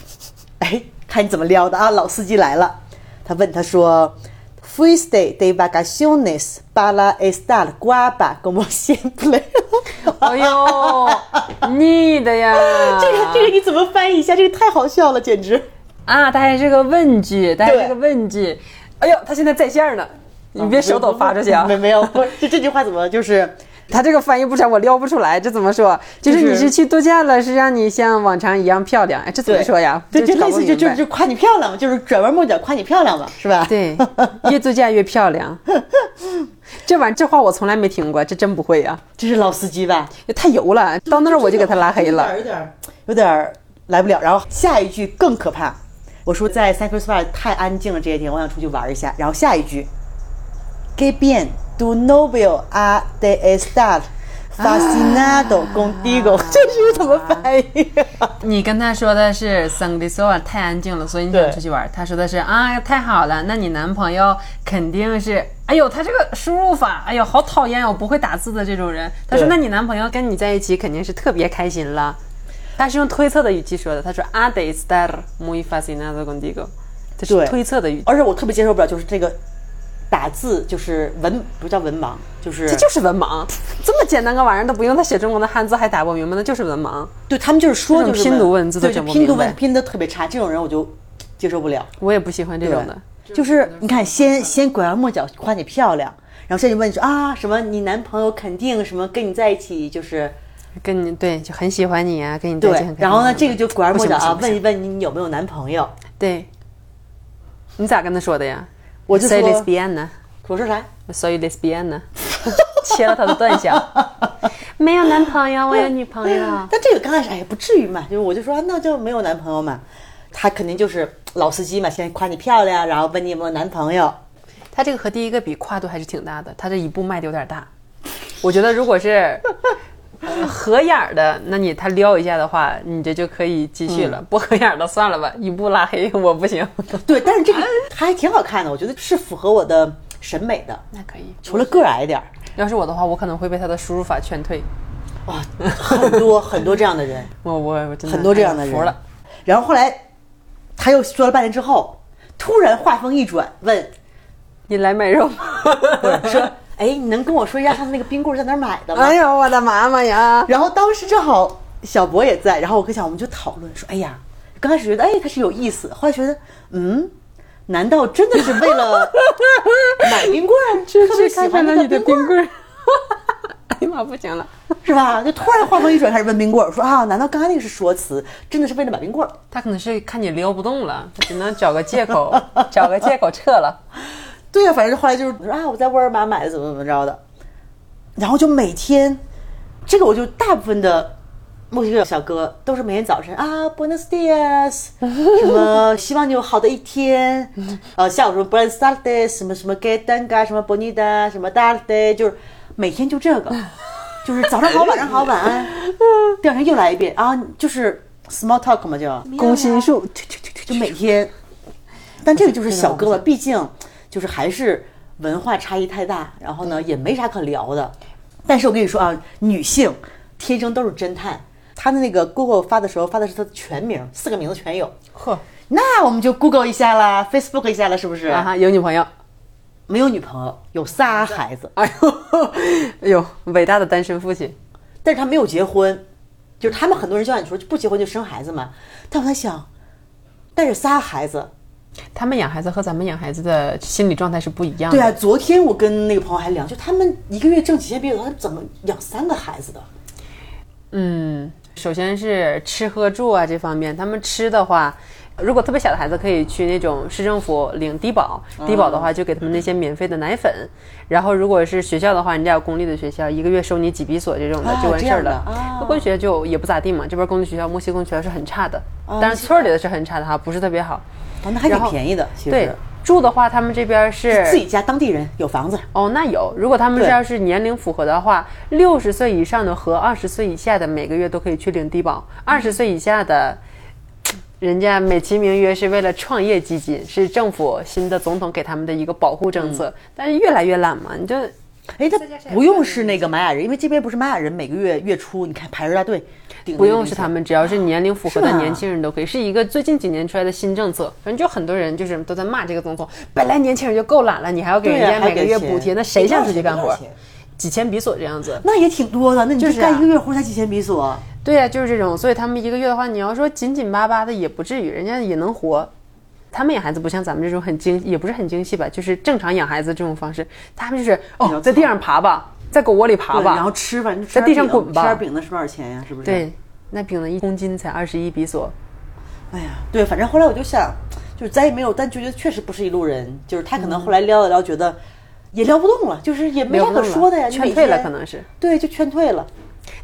A: (laughs) 哎，看你怎么撩的啊，老司机来了，他问他说。Fuiste de vacaciones para estar guapa como siempre (laughs)
B: 哎呦，腻的呀！
A: 这个这个你怎么翻译一下？这个太好笑了，简直。
B: 啊，它还是个问句，它还
A: 对啊
B: 是个问句。哎呦，他现在在线呢，你别手抖发出去啊！
A: 没没有，不是这这句话怎么就是
B: 他这个翻译不成，我撩不出来，这怎么说？就是
A: 就是
B: 你是去度假了，是让你像往常一样漂亮？哎，这 (laughs) 怎么说呀？
A: 对，就
B: 这搞
A: 类
B: 不
A: 似于就
B: 明
A: 就
B: 白
A: 就夸你漂亮嘛，就是转弯抹角夸你漂亮嘛，是吧？，
B: 对，越度假越
A: (laughs)
B: 漂亮。这玩意儿这话我从来没听过，这真不会呀、
A: 这是老司机吧？
B: 太油了，到那儿我就给他拉黑了。
A: 有点儿有点儿来不了。然后下一句更可怕，我说在 San c r i s t o b a 太安静了这些天，我想出去玩一下。然后下一句，Que bien tu novio ha de estar fascinado
B: 啊
A: contigo，、这 (laughs) 是怎么翻译、啊
B: 你跟他说的是 s a n g r i s o a 太安静了，所以你
A: 对
B: 想出去玩儿。他说的是啊，太好了，那你男朋友肯定是，哎呦，他这个输入法，哎呦，好讨厌，我不会打字的这种人。他说，
A: 对
B: 那你男朋友跟你在一起肯定是特别开心了。他是用推测的语气说的，他说 a de estar muy fascinado contigo，这
A: 对
B: 是推测的语气，
A: 而且我特别接受不了，就是这个打字就是文不叫文盲，就是
B: 这就是文盲，这么简单个玩意儿都不用他写中国的汉字还打不明白，那就是文盲。
A: 对他们就是说
B: 这
A: 就
B: 种
A: 是
B: 拼读文字都
A: 对，就
B: 整不
A: 拼读
B: 明白
A: 文拼的特别差，这种人我就接受不了。
B: 我也不喜欢这种
A: 对
B: 的。
A: 就是你看，先先拐弯抹角夸你漂亮，然后现在就问你说啊什么，你男朋友肯定什么跟你在一起就是
B: 跟你对就很喜欢你啊，跟你在一起
A: 对
B: 很，开
A: 然后呢
B: 心啊
A: 这个就拐弯抹角
B: 不行
A: 啊，
B: 不行不
A: 问
B: 行
A: 一问你有没有男朋友，
B: 对，你咋跟他说的呀？
A: 我就
B: soy
A: 说
B: lesbiana 呢
A: 我说啥？
B: ，soy lesbiana，呢 (laughs) 切了他的断 (laughs) 想。没有男朋友，我有女朋友。
A: (laughs) 但这个刚开始哎也不至于嘛，就是我就说啊那就没有男朋友嘛，他肯定就是老司机嘛，先夸你漂亮，然后问你有没有男朋友。 (laughs)
B: 他这个和第一个比跨度还是挺大的，他这一步迈的有点大。我觉得如果是呃合眼儿的，那你他撩一下的话，你这就可以继续了；不合眼儿的算了吧，一步拉黑我不行。
A: 对，但是这个他还挺好看的，我觉得是符合我的审美的，
B: 那可以。
A: 除了个儿矮一点儿，
B: 要是我的话，我可能会被他的输入法劝退。
A: 哇，很多很多这样的人，
B: 我我我真的
A: 很多这样的
B: 哎
A: 人。
B: 服了。
A: 然后后来他又做了半年之后，突然话锋一转，问 (laughs)
B: 你来买肉吗？
A: 不是说，哎，你能跟我说一下上次那个冰棍儿在哪儿买的吗？
B: 哎呦，我的妈妈呀！
A: 然后当时正好小博也在，然后我跟小红就讨论说，哎呀，刚开始觉得哎他是有意思，后来觉得嗯，难道真的是为了买冰棍儿，
B: (laughs) 这
A: 特
B: 是
A: 别喜
B: 看
A: 欢
B: 上
A: 那
B: 了
A: 个
B: 你的
A: 冰棍儿
B: 冰棍儿。 (laughs) 哎呀妈，不行了！
A: 是吧？就突然话锋一转，开始问冰棍儿，我说啊，难道刚才那个是说辞，真的是为了买冰棍儿？
B: 他可能是看你撩不动了，他只能找个借 (laughs) 口，找个借口撤了。
A: 对呀、反正后来就是说啊，我在沃尔玛买的，怎么怎么着的，然后就每天，这个我就大部分的墨西哥小哥都是每天早晨啊，Buenos dias，什 (laughs) 么希望你有好的一天，呃，下午什么 Buenos tardes，什么什么 Que tenga 什么 bonita，什么 tarde，就是每天就这个，就是早上好，晚上好，晚安，第二天又来一遍啊，就是 small talk 嘛，就
B: 攻心术，
A: 就每天。但这个就是小哥吧，毕竟就是还是文化差异太大，然后呢也没啥可聊的。但是我跟你说啊，女性天生都是侦探。她的那个 Google 发的时候发的是她的全名，四个名字全有。
B: 呵
A: 那我们就 Google 一下啦，Facebook 一下了，是不是？
B: 啊哈，有女朋友，
A: 没有女朋友，有仨孩子，
B: 哎呦，哎呦，伟大的单身父亲，
A: 但是他没有结婚。就是他们很多人就像你说，不结婚就生孩子嘛。但我在想，带着仨孩子，
B: 他们养孩子和咱们养孩子的心理状态是不一样的。
A: 对啊，昨天我跟那个朋友还聊，就他们一个月挣几千比索，他们怎么养三个孩子的？
B: 嗯，首先是吃喝住啊这方面，他们吃的话。如果特别小的孩子可以去那种市政府领低保，
A: 嗯
B: 低保的话就给他们那些免费的奶粉。然后如果是学校的话，人家有公立的学校，一个月收你几比索这种的、
A: 啊
B: 就完事儿了。
A: 这样的啊
B: 公立学校就也不咋地嘛，这边公立学校墨西哥公立学校是很差的，但是村儿里的是很差的哈，不是特别好。
A: 哦，那还
B: 然
A: 挺
B: 后
A: 便宜的，其
B: 对
A: 实。
B: 住的话，他们这边是
A: 自己家当地人有房子，
B: 哦，那有。如果他们
A: 对
B: 是要是年龄符合的话，六十岁以上的和二十岁以下的每个月都可以去领低保。二十岁以下的，人家美其名曰是为了创业基金，是政府新的总统给他们的一个保护政
A: 嗯
B: 策，但是越来越懒嘛，你就。
A: 哎，他不用是那个玛雅人，因为这边不是玛雅人，每个月月初你看排着大队，顶着
B: 不
A: 那个
B: 用是他们，只要是年龄符合的
A: 是吧
B: 年轻人都可以，是一个最近几年出来的新政策。反正就很多人就是都在骂这个总统，本来年轻人就够懒了，你还要给
A: 对
B: 人
A: 呀
B: 家
A: 还
B: 每个
A: 给
B: 月
A: 钱
B: 补贴，那谁想出去干
A: 多
B: 活
A: 少钱？
B: 几千比索这样子，
A: 那也挺多的。那你
B: 就
A: 就是
B: 啊
A: 干一个月活才几千比索，
B: 对呀、就是这种，所以他们一个月的话，你要说紧紧巴巴的也不至于，人家也能活。他们养孩子不像咱们这种很精，也不是很精细吧，就是正常养孩子这种方式。他们就是
A: 比较
B: 哦，在地上爬吧，在狗窝里爬
A: 对
B: 吧，
A: 然后吃吧，你就吃
B: 在
A: 点
B: 地上
A: 饼
B: 滚吧
A: 吃点饼那是多少钱呀？是不是？，
B: 对，那饼的一公斤才二十一比索，
A: 哎呀，对，反正后来我就想，就是咱也没有，但就觉得确实不是一路人，就是他可能后来撩了撩，觉得也撩不动了，就是也没
B: 聊
A: 啥
B: 嗯不
A: 可
B: 动了
A: 说的呀，你
B: 劝
A: 每
B: 退了
A: 天
B: 可能是。
A: 对，就劝退了。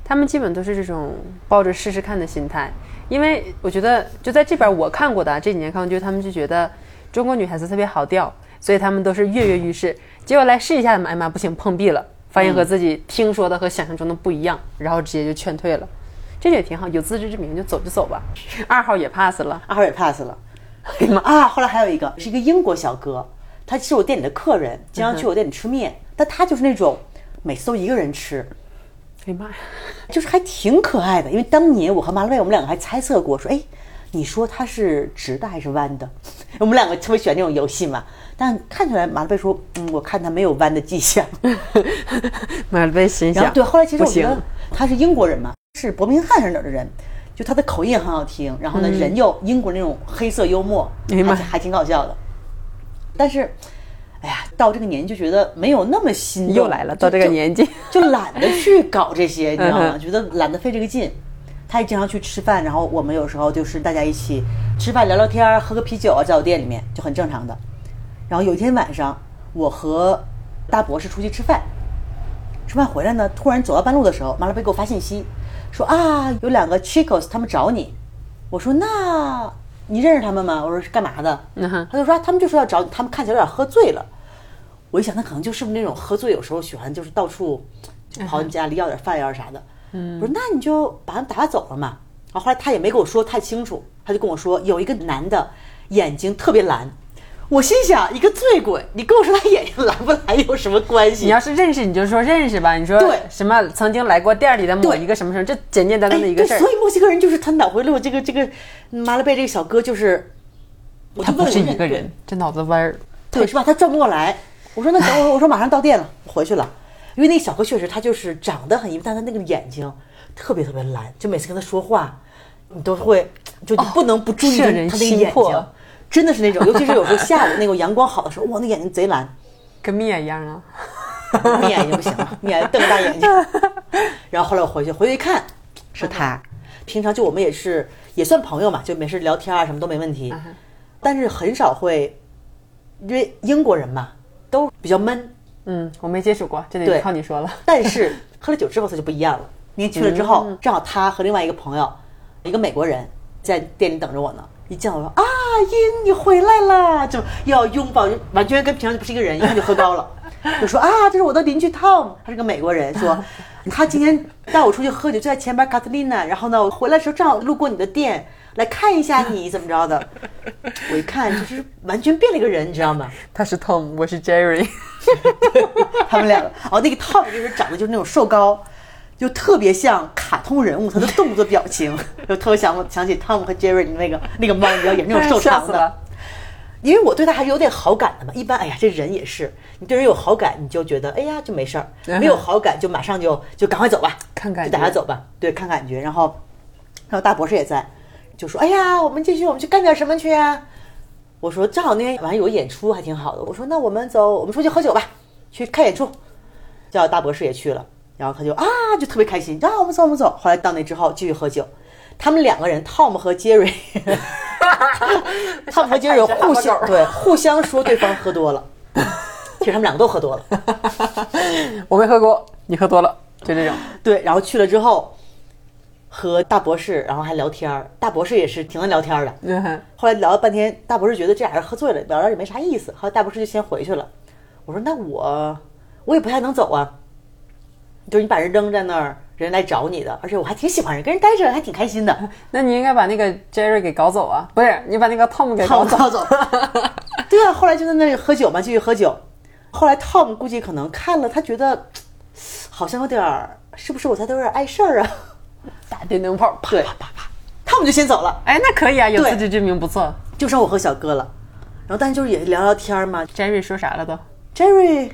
B: 他们基本都是这种抱着试试看的心态，因为我觉得就在这边我看过的啊这几年看过，就是他们就觉得中国女孩子特别好钓，所以他们都是跃跃欲试，结果来试一下，哎妈不行，碰壁了，发现和自己听说的和想象中的不一样，然后直接就劝退了，这也挺好，有自知之明就走就走吧。二号也 pass 了，
A: 阿尔也 pass 了。 (laughs) 哎呀妈啊！后来还有一个是一个英国小哥，他是我店里的客人，经常去我店里吃面，但他就是那种每次都一个人吃，
B: 哎呀妈呀，
A: 就是还挺可爱的。因为当年我和麻辣妹我们两个还猜测过，说哎，你说他是直的还是弯的？ (laughs) 我们两个特别喜欢这种游戏嘛。但看起来麻辣妹说，嗯，我看他没有弯的迹象。
B: 马勒贝心
A: 然
B: 想
A: 后，对，后来其实
B: 不
A: 我觉
B: 行
A: 得，他是英国人嘛，是伯明翰是哪儿的人，就他的口音很好听，然后呢，
B: 嗯
A: 人又英国那种黑色幽默，
B: 哎呀妈
A: 还还挺搞笑的。但是，哎呀，到这个年纪就觉得没有那么心动，
B: 又来了，
A: 就
B: 到这个年纪，
A: 就就懒得去搞这些，你知道
B: 嗯
A: 吗？
B: 哼
A: 觉得懒得费这个劲。他也经常去吃饭，然后我们有时候就是大家一起吃饭聊聊天儿，喝个啤酒啊，在我店里面就很正常的。然后有一天晚上，我和大博士出去吃饭，吃饭回来呢，突然走到半路的时候，马拉贝给我发信息，说啊，有两个 chicos 他们找你。我说那你认识他们吗？我说是干嘛的？
B: 嗯哼
A: 他就说、啊他们就说要找你，他们看起来有点喝醉了。我一想，他可能就是那种喝醉，有时候喜欢就是到处
B: 嗯
A: 就跑人家里要点饭呀啥的。嗯，我说那你就把他们打发走了嘛。然后后来他也没跟我说太清楚，他就跟我说有一个男的眼睛特别蓝。我心想，一个醉鬼，你跟我说他眼睛蓝不蓝有什么关系？啊
B: 你要是认识，你就说认识吧。你说
A: 对
B: 什么曾经来过店里的某
A: 对
B: 一个什么什么，这简简单
A: 哎
B: 单的一个事
A: 对，
B: 儿
A: 所。以墨西哥人就是他脑回路，这个这个马拉贝这个小哥就是，我
B: 他
A: 就问
B: 不是
A: 我
B: 一个人，，这脑子弯儿。
A: 对是吧？他转不过来。我说那等会儿，我说马上到店了，我回去了。因为那个小哥确实他就是长得很一般，但他那个眼睛特别特别蓝，就每次跟他说话，你都会就你不能不注意
B: 哦摄
A: 他
B: 人
A: 他那个
B: 心
A: 眼
B: 魄
A: 睛，真的是那种，尤其是有时候下午那种阳光好的时候，哇，那眼睛贼蓝。
B: 跟米娅一样啊，
A: (laughs) 眯眼睛不行了，眯眼睛瞪大眼睛。然后后来我回去，回去一看是他。平常就我们也是也算朋友嘛，就没事聊天啊，什么都没问题。但是很少会，因为英国人嘛都比较闷，
B: 嗯，我没接触过，这得
A: 对
B: 靠你说了。
A: (laughs) 但是喝了酒之后他就不一样了。您去了之后，正好他和另外一个朋友，一个美国人在店里等着我呢。一见我说啊，英你回来啦，就要拥抱，就完全跟平常就不是一个人，一看就喝高了。就说啊，这是我的邻居 Tom，他是个美国人，说他今天带我出去喝酒，就在前边 Catalina，然后呢，我回来的时候正好路过你的店，来看一下你怎么着的。我一看就是完全变了一个人，你知道吗？
B: (laughs) 他是 Tom，我是
A: (laughs)
B: Jerry。
A: 他们两个，哦，那个 Tom 就是长得就是那种瘦高，就特别像卡通人物，他的动作表情，就特别想想起 Tom 和 Jerry 那个那个猫，你知道演那种瘦
B: (laughs) 吓
A: 长
B: 死
A: 的
B: 了。。
A: 因为我对他还是有点好感的嘛，一般哎呀，这人也是，你对人有好感，你就觉得哎呀就没事儿，
B: 嗯哼
A: 没有好感就马上就就赶快走吧，
B: 看感觉
A: 就大家走吧，对，看感觉。然后，然后大博士也在，就说哎呀，我们继续，我们去干点什么去啊？我说正好那天晚上有演出，还挺好的。我说那我们走，我们出去喝酒吧，去看演出。叫大博士也去了，然后他就啊就特别开心，啊我们走我们走。后来到那之后继续喝酒，他们两个人 Tom 和 Jerry，他们和 Jerry 互相对互相说对方喝多了，其实他们两个都喝多了。
B: 我没喝过，你喝多了，就这种。
A: 对，然后去了之后和大博士，然后还聊天儿，大博士也是挺能聊天儿的。
B: 嗯哼
A: 后来聊了半天，大博士觉得这俩人喝醉了，聊聊也没啥意思，后来大博士就先回去了。我说那我我也不太能走啊，就是你把人扔在那儿，人来找你的，而且我还挺喜欢人，跟人待着还挺开心
B: (laughs)
A: 的。
B: 那你应该把那个 Jerry 给搞走啊，不是你把那个 Tom 给搞
A: 套
B: 走。 (laughs)
A: 套走， (laughs) 对啊，后来就在那里喝酒嘛，继续喝酒。后来 Tom 估计可能看了，他觉得嗯好像有点儿，是不是我才有点儿碍事儿啊？
B: 打电灯泡，啪
A: (laughs) 对
B: 啪啪啪。
A: ，Tom 就先走了，
B: 哎，那可以啊，有
A: 对
B: 自知之明不错。
A: 就剩我和小哥了。然后但是就是也聊聊天儿嘛，
B: Jerry 说啥了都？
A: Jerry，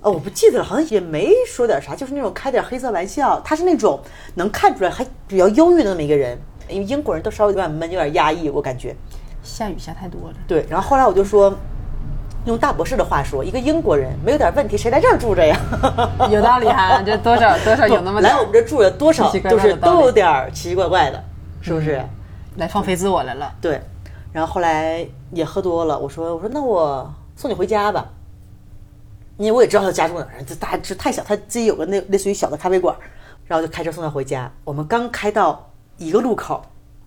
A: 哦， (laughs) 我不记得了，好像也没说点啥，就是那种开点黑色玩笑。他是那种能看出来还比较忧郁的那么一个人，因为英国人都稍微有点闷，有点压抑，我感觉。
B: 下雨下太多了。
A: 对，然后后来我就说，用大博士的话说，一个英国人没有点问题，谁来这儿住着呀？
B: 有道理哈、这多少多 (laughs) 少有那么
A: (laughs)
B: 点
A: 来我们这儿住着，多少
B: 奇奇怪
A: 就
B: 怪的
A: 是
B: 道理嗯
A: 都有点儿奇奇怪怪的，是不是？
B: 来放飞自我来了。
A: 对，然后后来也喝多了，我说我说那我送你回家吧，因为我也知道他家住哪儿，这大这太小，他自己有个那类似于小的咖啡馆，然后就开车送他回家。我们刚开到一个路口，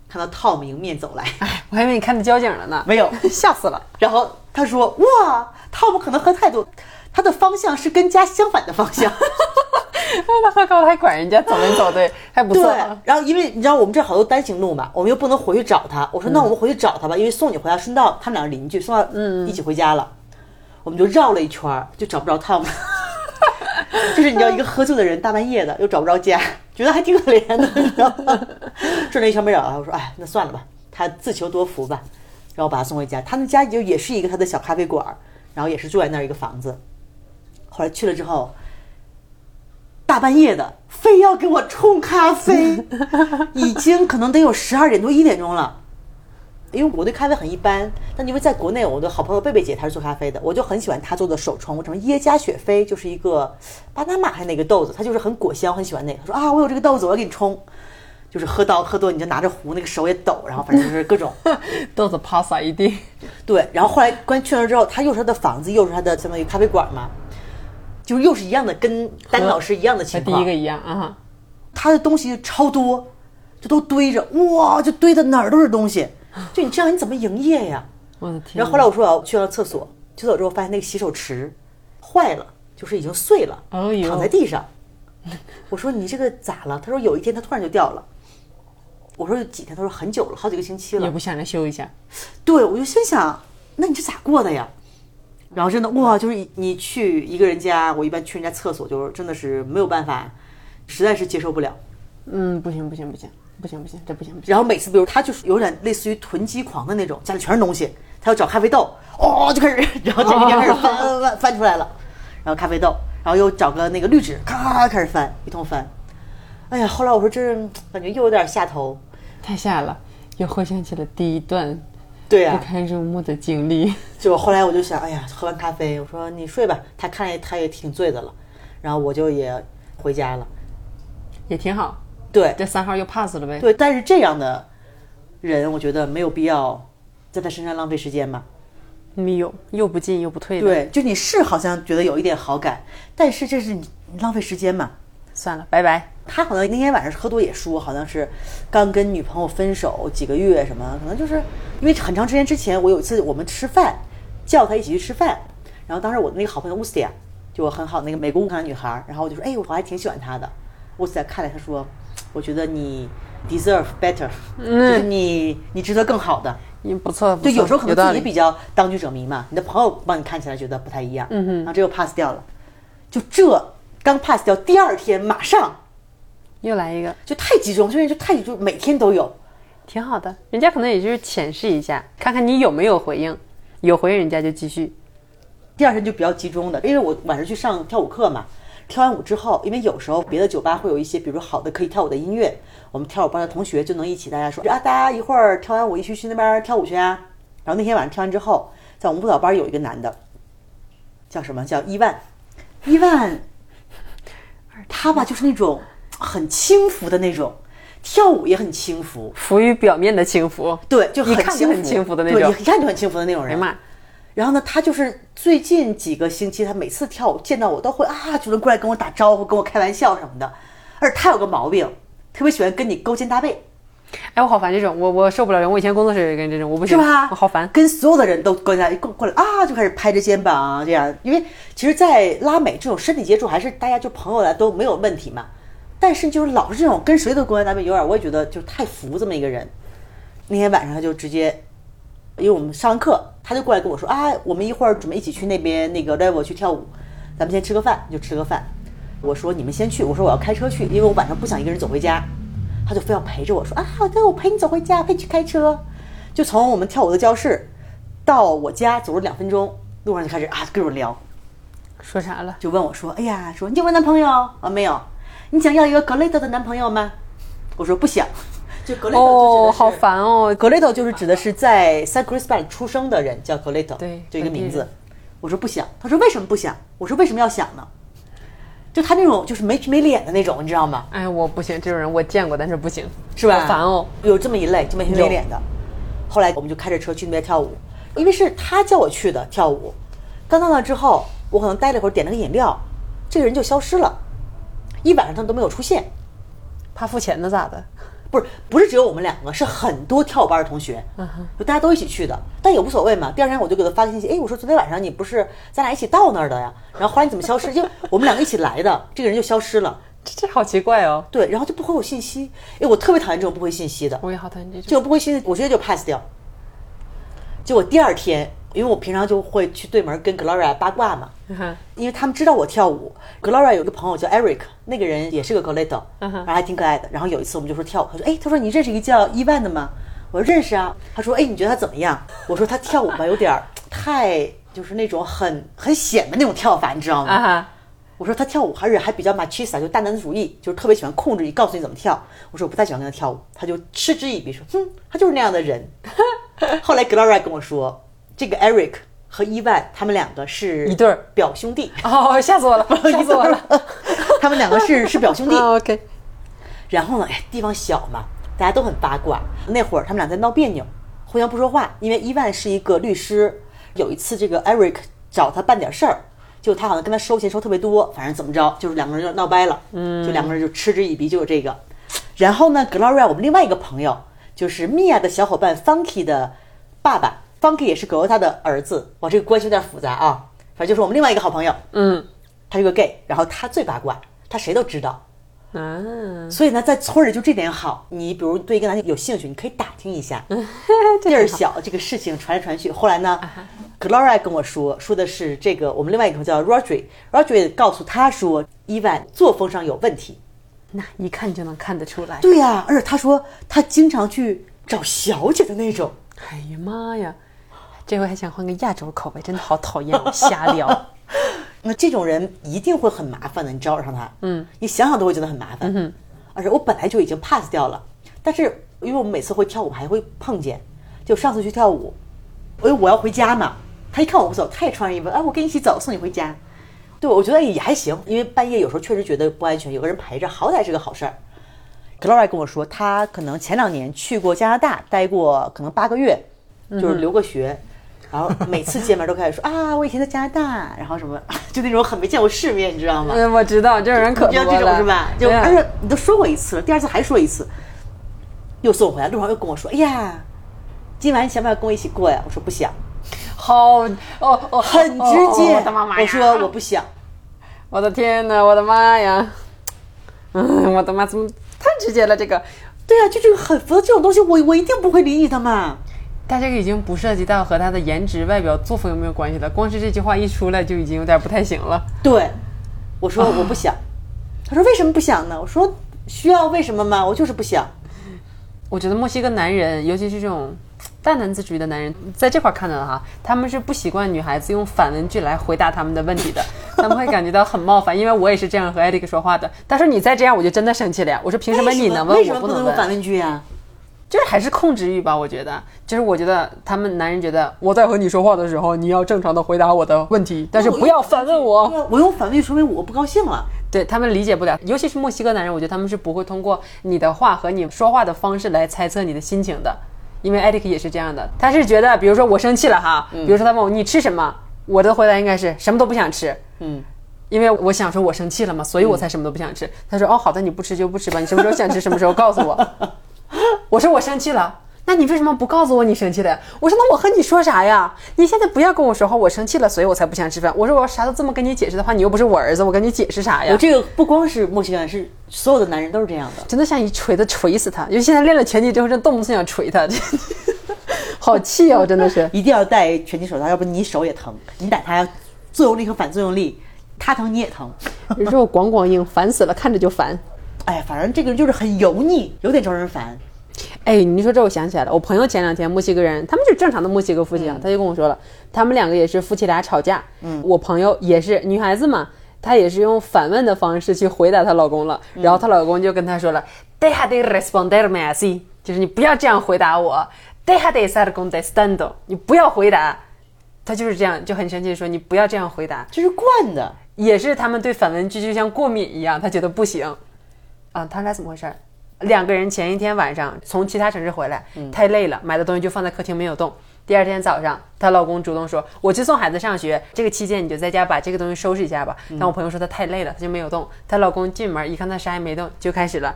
A: 看到 Tom 迎面走来，
B: 哎，我还以为你看到交警了呢。 (laughs)
A: 没有
B: 吓死了。
A: 然后他说哇，Tom 可能喝太多，他的方向是跟家相反的方向。
B: 他喝高了还管人家走没走对，还不
A: 对
B: 错。，啊
A: 然后因为你知道我们这好多单行路嘛，我们又不能回去找
B: 嗯
A: 他。我说那我们回去找他吧，因为送你回家，顺道他们俩是邻居，送到一起回家了。我们就绕了一圈儿，就找不着
B: (laughs)
A: Tom，就是你知道一个喝醉的人大半夜的又找不着家，觉得还挺可怜的，你知道吗？转了一圈没找着他，我说哎，那算了吧，他自求多福吧。然后把他送回家，他们家就也是一个他的小咖啡馆儿，然后也是住在那儿一个房子。后来去了之后，大半夜的，非要给我冲咖啡，已经可能得有十二点多一点钟了。因为我对咖啡很一般，但因为在国内，我的好朋友贝贝姐她是做咖啡的，我就很喜欢她做的手冲，什么耶加雪菲，就是一个巴拿马还是哪个豆子，它就是很果香，我很喜欢那个。她说啊，我有这个豆子，我要给你冲。就是喝到喝多你就拿着壶那个手也抖，然后反正就是各种
B: (laughs) 豆子泡洒一地。
A: 对。然后后来关去那儿之后，他又是他的房子，又是他的相当于咖啡馆嘛，就是又是一样的，跟丹老师一样的
B: 和
A: 情
B: 第
A: 况。
B: 一个一样啊，
A: 他的东西超多，就都堆着，哇，就堆的哪儿都是东西。就你这样你怎么营业呀？
B: 我的天！
A: 然后后来我说我要去趟厕所，去厕所之后发现那个洗手池坏了，就是已经碎了，
B: 哎呦
A: 躺在地上。我说你这个咋了？他说有一天它突然就掉了。我说有几天？他说很久了，好几个星期
B: 也
A: 了。
B: 不想着修一下，
A: 对，我就心想，那你这咋过的呀？然后真的哇，就是你你去一个人家，我一般去人家厕所，就是真的是没有办法，实在是接受不了。
B: 嗯，不行不行不行不行不行，这不行不行。
A: 然后每次，比如他就是有点类似于囤积狂的那种，家里全是东西，他要找咖啡豆，哦，就开始， (laughs) 然后这个开始翻翻翻翻出来了，然后咖啡豆，然后又找个那个绿纸，咔咔咔开始翻，一通翻。哎呀，后来我说这感觉又有点下头，
B: 太吓了，又回想起了第一段
A: 对啊呀、
B: 不堪入目的经历。
A: (laughs) 就后来我就想，哎呀，喝完咖啡，我说你睡吧。他看来他也挺醉的了，然后我就也回家了。
B: 也挺好。
A: 对
B: 这三号又 pass 了呗。
A: 对，但是这样的人，我觉得没有必要在他身上浪费时间吧。
B: 没有，嗯又不进又不退的。，
A: 对，就你是好像觉得有一点好感，但是这是你你浪费时间嘛。
B: 算了，拜拜。
A: 他好像那天晚上喝多也说，好像是刚跟女朋友分手几个月什么，可能就是因为很长时间之前，我有一次我们吃饭，叫他一起去吃饭，然后当时我那个好朋友乌斯蒂亚，啊就我很好那个美国共产女孩儿，然后我就说，哎，我还挺喜欢她的。乌斯蒂亚看了她说，我觉得你 deserve better，、就是 (laughs) 你你值得更好的。
B: 嗯，不错，不
A: 就
B: 错
A: 有时候可能
B: 有道
A: 自己
B: 理。
A: 比较当局者迷嘛，你的朋友帮你看起来觉得不太一样，嗯哼，然后这又 pass 掉了，就这刚 pass 掉，第二天马上
B: 又来一个，
A: 就太集中，就是就太集中，每天都有，
B: 挺好的。人家可能也就是浅试一下，看看你有没有回应，有回应人家就继续。
A: 第二天就比较集中的，因为我晚上去上跳舞课嘛，跳完舞之后，因为有时候别的酒吧会有一些，比如说好的可以跳舞的音乐，我们跳舞班的同学就能一起大家说啊，大家一会儿跳完舞一起去那边跳舞去啊。然后那天晚上跳完之后，在我们舞蹈班有一个男的，叫什么叫伊万，伊万，他吧就是那种很轻浮的那种，跳舞也很轻浮，
B: 浮于表面的轻浮。
A: 对，就
B: 一看就很
A: 轻
B: 轻
A: 浮
B: 浮的那
A: 对
B: 种
A: 一看就很轻浮的那种
B: 哎
A: 人
B: 呀。妈，
A: 然后呢，他就是最近几个星期，他每次跳舞见到我都会啊，主动过来跟我打招呼，跟我开玩笑什么的。而且他有个毛病，特别喜欢跟你勾肩搭背，
B: 哎，我好烦这种，我我受不了人。我以前工作室也跟这种，我不
A: 是
B: 行，
A: 吧？
B: 哦我好烦。
A: 跟所有的人都勾肩搭背，过过来啊，就开始拍着肩膀啊，这样。因为其实，在拉美这种身体接触，还是大家就朋友来都没有问题嘛。但是就是老是这种跟谁都勾肩搭背，有点我也觉得就太服这么一个人。那天晚上他就直接因为我们上完课，他就过来跟我说啊，我们一会儿准备一起去那边那个 level 去跳舞，咱们先吃个饭，就吃个饭。我说你们先去，我说我要开车去，因为我晚上不想一个人走回家。他就非要陪着我说啊，好的，我陪你走回家，陪你去啊开车。就从我们跳舞的教室到我家走了两分钟，路上就开始啊各种聊，
B: 说啥了？
A: 就问我说：“哎呀，说你有没有男朋友啊？没有。你想要一个格雷德的男朋友吗？”我说不想。就格雷德
B: 哦，
A: 就
B: 好
A: 指的是、
B: 烦哦。
A: 格雷德就是指的是在 San Cristobal 出生的人叫格雷德，
B: 对
A: 就一个名
B: 本地
A: 字
B: 人。
A: 我说不想，他说为什么不想？我说为什么要想呢？就他那种就是没皮没脸的那种，你知道吗？
B: 哎，我不行，这种人我见过，但是不行，
A: 是吧？
B: 好烦哦。，
A: 有这么一类，就没皮没脸的。后来我们就开着车去那边跳舞，因为是他叫我去的跳舞。刚到那之后，我可能待了会儿，点了个饮料，这个人就消失了，一晚上他都没有出现。
B: 怕付钱的咋的？
A: 不是不是只有我们两个，是很多跳舞班的同学，就大家都一起去的，但也无所谓嘛。第二天我就给他发个信息，哎，我说昨天晚上你不是咱俩一起到那儿的呀？然后后来你怎么消失？因为我们两个一起来的， (laughs) 这个人就消失了。
B: 这这好奇怪哦。
A: 对，然后就不回我信息，哎，我特别讨厌这种不回信息的。
B: 我也好讨厌这种。
A: 就不回信，我直接就 pass 掉。结果第二天，因为我平常就会去对门跟 Gloria 八卦嘛，
B: (laughs) 嗯哼
A: 因为他们知道我跳舞。Gloria 有个朋友叫 Eric，那个人也是个 g o l e t o
B: 嗯哼
A: 然后还挺可爱的。然后有一次我们就说跳舞，他说：“哎，他说你认识一个叫伊万的吗？”我说：“认识啊。”他说：“哎，你觉得他怎么样？”我说：“他跳舞吧，有点儿太就是那种很很显的那种跳法，你知道吗？”
B: 啊哈。
A: 我说他跳舞还是还比较 machista，就大男子主义，就是特别喜欢控制你，告诉你怎么跳。我说我不太喜欢跟他跳舞，他就嗤之以鼻说，哼，他就是那样的人。 (laughs) 后来 Gloria 跟我说，这个 Eric 和伊万他们两个是
B: 一对儿
A: 表兄弟， (laughs)
B: 哦，吓死我了，吓死我了。
A: 他们两个是是表兄弟。
B: 啊 OK，
A: 然后呢，哎，地方小嘛，大家都很八卦。那会儿他们俩在闹别扭，互相不说话，因为伊万是一个律师，有一次这个 Eric 找他办点事儿。就他好像跟他收钱收特别多，反正怎么着，就是两个人就闹掰了，嗯，就两个人就嗤之以鼻，就有这个。然后呢，Gloria，我们另外一个朋友，就是米娅的小伙伴 Funky 的爸爸，Funky 也是狗狗他的儿子，哇，这个关系有点复杂啊。反正就是我们另外一个好朋友，
B: 嗯，
A: 他是个 gay，然后他最八卦，他谁都知道。
B: 啊，
A: 所以呢，在村儿里就这点好，你比如对一个男性有兴趣，你可以打听一下，地儿小，这个事情传来传去。后来呢，Gloria 跟我说，说的是这个我们另外一个朋友叫 Roger，Roger 告诉他说，伊万作风上有问题。
B: 那一看就能看得出来。
A: 对呀、而且他说他经常去找小姐的那种。
B: 哎呀妈呀，这回还想换个亚洲口味，真的好讨厌，瞎 (laughs) 聊。
A: 那这种人一定会很麻烦的，你招惹上他，嗯，你想想都会觉得很麻烦，嗯，而且我本来就已经 pass 掉了，但是因为我们每次会跳舞还会碰见，就上次去跳舞，因为我要回家嘛，他一看我走，他也穿上衣服，哎，我跟你一起走，送你回家，对，我觉得也还行，因为半夜有时候确实觉得不安全，有个人陪着，好歹是个好事儿。Gloria 跟我说，她可能前两年去过加拿大，待过可能八个月，就是留过学，然后每次见面都开始说 (laughs) 啊，我以前在加拿大，然后什么， (laughs) 就那种很没见过世面，你知道吗？
B: 嗯，我知道这种人可
A: 你知道
B: 多
A: 这种
B: 了，
A: 是吧？就哎
B: 对啊
A: 而且你都说过一次了，第二次还说一次，又送我回来，路上又跟我说，哎呀，今晚你想不想跟我一起过呀？我说不想，
B: 好哦哦，
A: 很直
B: 哦
A: 接，
B: 哦我的妈妈呀！
A: 我说我不想。
B: 我的天呐，我的妈呀！ (laughs) 嗯，我的妈，怎么太直接了？这个，
A: 对啊，就这个很浮这种东西，我我一定不会理你的嘛。
B: 但这个已经不涉及到和他的颜值、外表、作风有没有关系了。光是这句话一出来，就已经有点不太行了。
A: 对，我
B: 啊
A: 说我不想。他说为什么不想呢？我说需要为什么吗？我就是不想。
B: 我觉得墨西哥男人，尤其是这种大男子主义的男人，在这块儿看到的哈，他们是不习惯女孩子用反问句来回答他们的问题的， (laughs) 他们会感觉到很冒犯。因为我也是这样和艾利克说话的，他说你再这样，我就真的生气了呀。我说凭什么你能问，
A: 为什么
B: 我不
A: 能
B: 能
A: 用
B: 问？
A: 反问句啊呀、
B: 就是还是控制欲吧，我觉得，就是我觉得他们男人觉得我在和你说话的时候，你要正常的回答哦我的问题，但是不要反问
A: 对
B: 我。
A: 啊我用反问句说明我不高兴了。
B: 对他们理解不了，尤其是墨西哥男人，我觉得他们是不会通过你的话和你说话的方式来猜测你的心情的，因为艾利克也是这样的，他是觉得，比如说我生气了哈，比如说他问我你吃什么，我的回答应该是什么都不想吃，
A: 嗯，
B: 因为我想说我生气了嘛，所以我才什么都不想吃。他说哦好的，你不吃就不吃吧，你什么时候想吃什么时候告诉
A: (laughs)
B: 我。我说我生气了，那你为什么不告诉我你生气了呀？我说那我和你说啥呀？你现在不要跟我说话，我生气了，所以我才不想吃饭。我说我要啥都这么跟你解释的话，你又不是我儿子，我跟你解释啥
A: 我
B: 呀？
A: 这个不光是墨西哥人，是所有的男人都是这样的。
B: 真的像一锤子锤死他，因为现在练了拳击之后，真动不动想锤
A: (laughs)
B: 他， (laughs) 好气哦，真的是。
A: 一定要戴拳击手套，要不你手也疼。你打他，作用力和反作用力，他疼你也疼。
B: 肉咣咣硬，烦死了，看着就烦。
A: 哎呀，反正这个人就是很油腻，有点招人烦。
B: 哎，你说这我想起来了，我朋友前两天墨西哥人，他们就是正常的墨西哥夫妻啊，他就跟我说了，他们两个也是夫妻俩吵架，嗯，我朋友也是女孩子嘛，她也是用反问的方式去回答她老公了，然后她老公就跟她说了、deja de responderme así，就是你不要这样回答我，deja de estar contestando，你不要回答，他就是这样就很生气地说你不要这样回答，
A: 这是惯的，
B: 也是他们对反问句就像过敏一样，他觉得不行。啊，他俩怎么回事儿？两个人前一天晚上从其他城市回来，太累了，买的东西就放在客厅没有动。第二天早上，她老公主动说：“我去送孩子上学，这个期间你就在家把这个东西收拾一下吧。”但我朋友说她太累了，她就没有动。她老公进门一看她啥也没动，就开始了。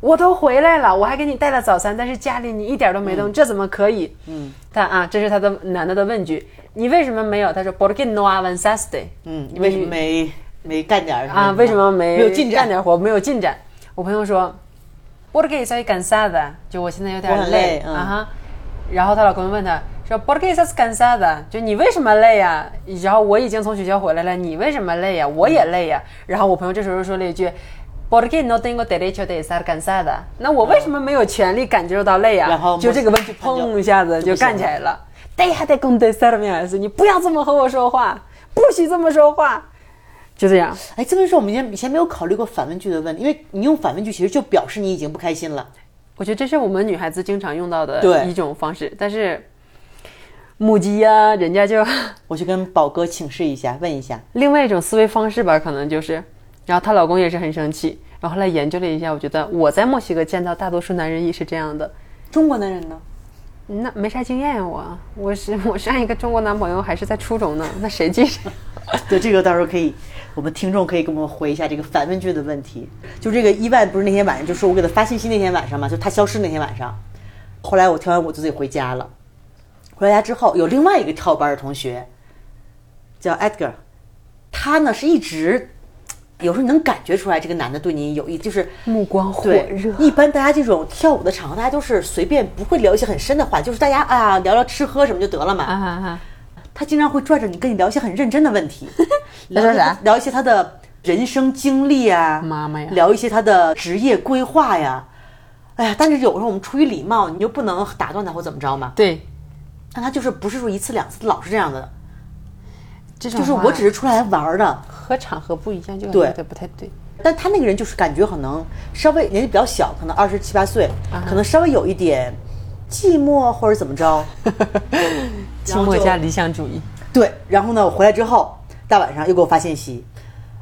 B: 我都回来了，我还给你带了早餐，但是家里你一点都没动，这怎么可以？嗯，但啊，这是他的男的的问句，你为什么没有？他说 “Por qué no avanzaste？”
A: 嗯，你为什么没没干点儿什
B: 啊，为什么没
A: 没有进
B: 干
A: 展？
B: 点活？没有进展。我朋友说，porque soy cansada，就我现在有
A: 我
B: 点
A: 很
B: 累
A: 累嗯
B: 啊哈。然后她老公问她说，porque estás cansada，就你为什么累呀、然后我已经从学校回来了，你为什么累呀、我也累呀、然后我朋友这时候说了一句。Porque no tengo derecho de estar cansada？那我为什么没有权利感觉到累呀、
A: 嗯然后
B: 就这个问题，
A: 他就
B: 砰一下子
A: 就
B: 就
A: 不
B: 干
A: 行
B: 起来了。Deja de contestarme así，你不要这么和我说话，不许这么说话，就这样。
A: 哎，这么说我们以前以前没有考虑过反问句的问题，因为你用反问句其实就表示你已经不开心了。
B: 我觉得这是我们女孩子经常用到的
A: 对
B: 一种方式，但是母鸡呀、人家 (laughs) 就
A: 我去跟宝哥请示一下，问一下。
B: 另外一种思维方式吧，可能就是，然后她老公也是很生气，然后后来研究了一下，我觉得我在墨西哥见到大多数男人也是这样的。
A: 中国男人呢？
B: 那没啥经验呀、我我是我上一个中国男朋友还是在初中呢，那谁记谁？
A: (laughs) 对，这个到时候可以，我们听众可以给我们回一下这个反问句的问题。就这个伊万不是那天晚上，就是我给他发信息那天晚上嘛，就他消失那天晚上，后来我跳完舞就自己回家了。回到家之后，有另外一个跳班的同学叫 Edgar，他呢是一直。有时候你能感觉出来，这个男的对你有意，就是
B: 目光火
A: 对
B: 热，
A: 一般大家这种跳舞的场合，大家都是随便，不会聊一些很深的话，就是大家啊聊聊吃喝什么就得了嘛。
B: (laughs) 啊啊啊！
A: 他经常会拽着你跟你聊一些很认真的问题，
B: (laughs) 他说
A: 聊一
B: 啥
A: 些聊一些他的人生经历啊，
B: 妈妈呀
A: 聊一些他的职业规划呀。哎呀，但是有时候我们出于礼貌，你又不能打断他或怎么着嘛。
B: 对，
A: 但他就是不是说一次两次，老是这样的，
B: 这种
A: 就是我只是出来玩儿的。
B: 和场合不一样，就感
A: 对
B: 觉有点不太对。
A: 但他那个人就是感觉可能稍微年纪比较小，可能二十七八岁，
B: 啊
A: 可能稍微有一点寂寞或者怎么着。
B: 寂
A: 然后
B: 寞
A: 就
B: 加理想主义，
A: 对，然后呢，我回来之后，大晚上又给我发信息，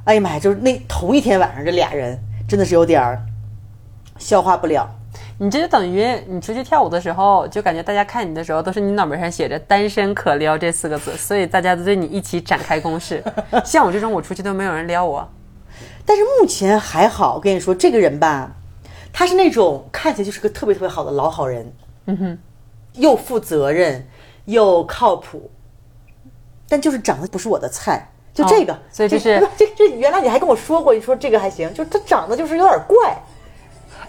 A: 哎呀妈呀，就是那同一天晚上，这俩人真的是有点儿消化不了。
B: 你这就等于你出去跳舞的时候，就感觉大家看你的时候，都是你脑门上写着“单身可撩”这四个字，所以大家都对你一起展开攻势。像我这种，我出去都没有人撩我。
A: 但是目前还好，我跟你说，这个人吧，他是那种看起来就是个特别特别好的老好人，嗯哼，又负责任又靠谱，但就是长得不是我的菜。就这个，
B: 哦所以
A: 这
B: 就是
A: (laughs) 这这，原来你还跟我说过，你说这个还行，就是他长得就是有点怪，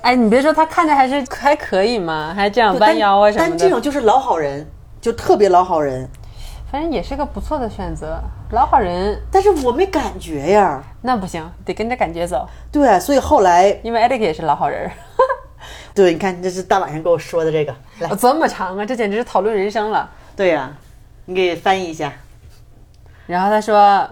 B: 哎，你别说，他看着还是还可以嘛，还这样
A: 对
B: 弯腰啊
A: 但
B: 什么
A: 但这
B: 的，
A: 种就是老好人，就特别老好人。
B: 反正也是个不错的选择。老好人
A: 但是我没感觉呀。
B: 那不行，得跟着感觉走，
A: 对，啊所以后来，
B: 因为 Eric 也是老好人儿。 (laughs)
A: 对，你看，这是大晚上给我说的这个，来，
B: 这么长啊，这简直是讨论人生了。
A: 对呀、你给翻译一下。
B: 然后他说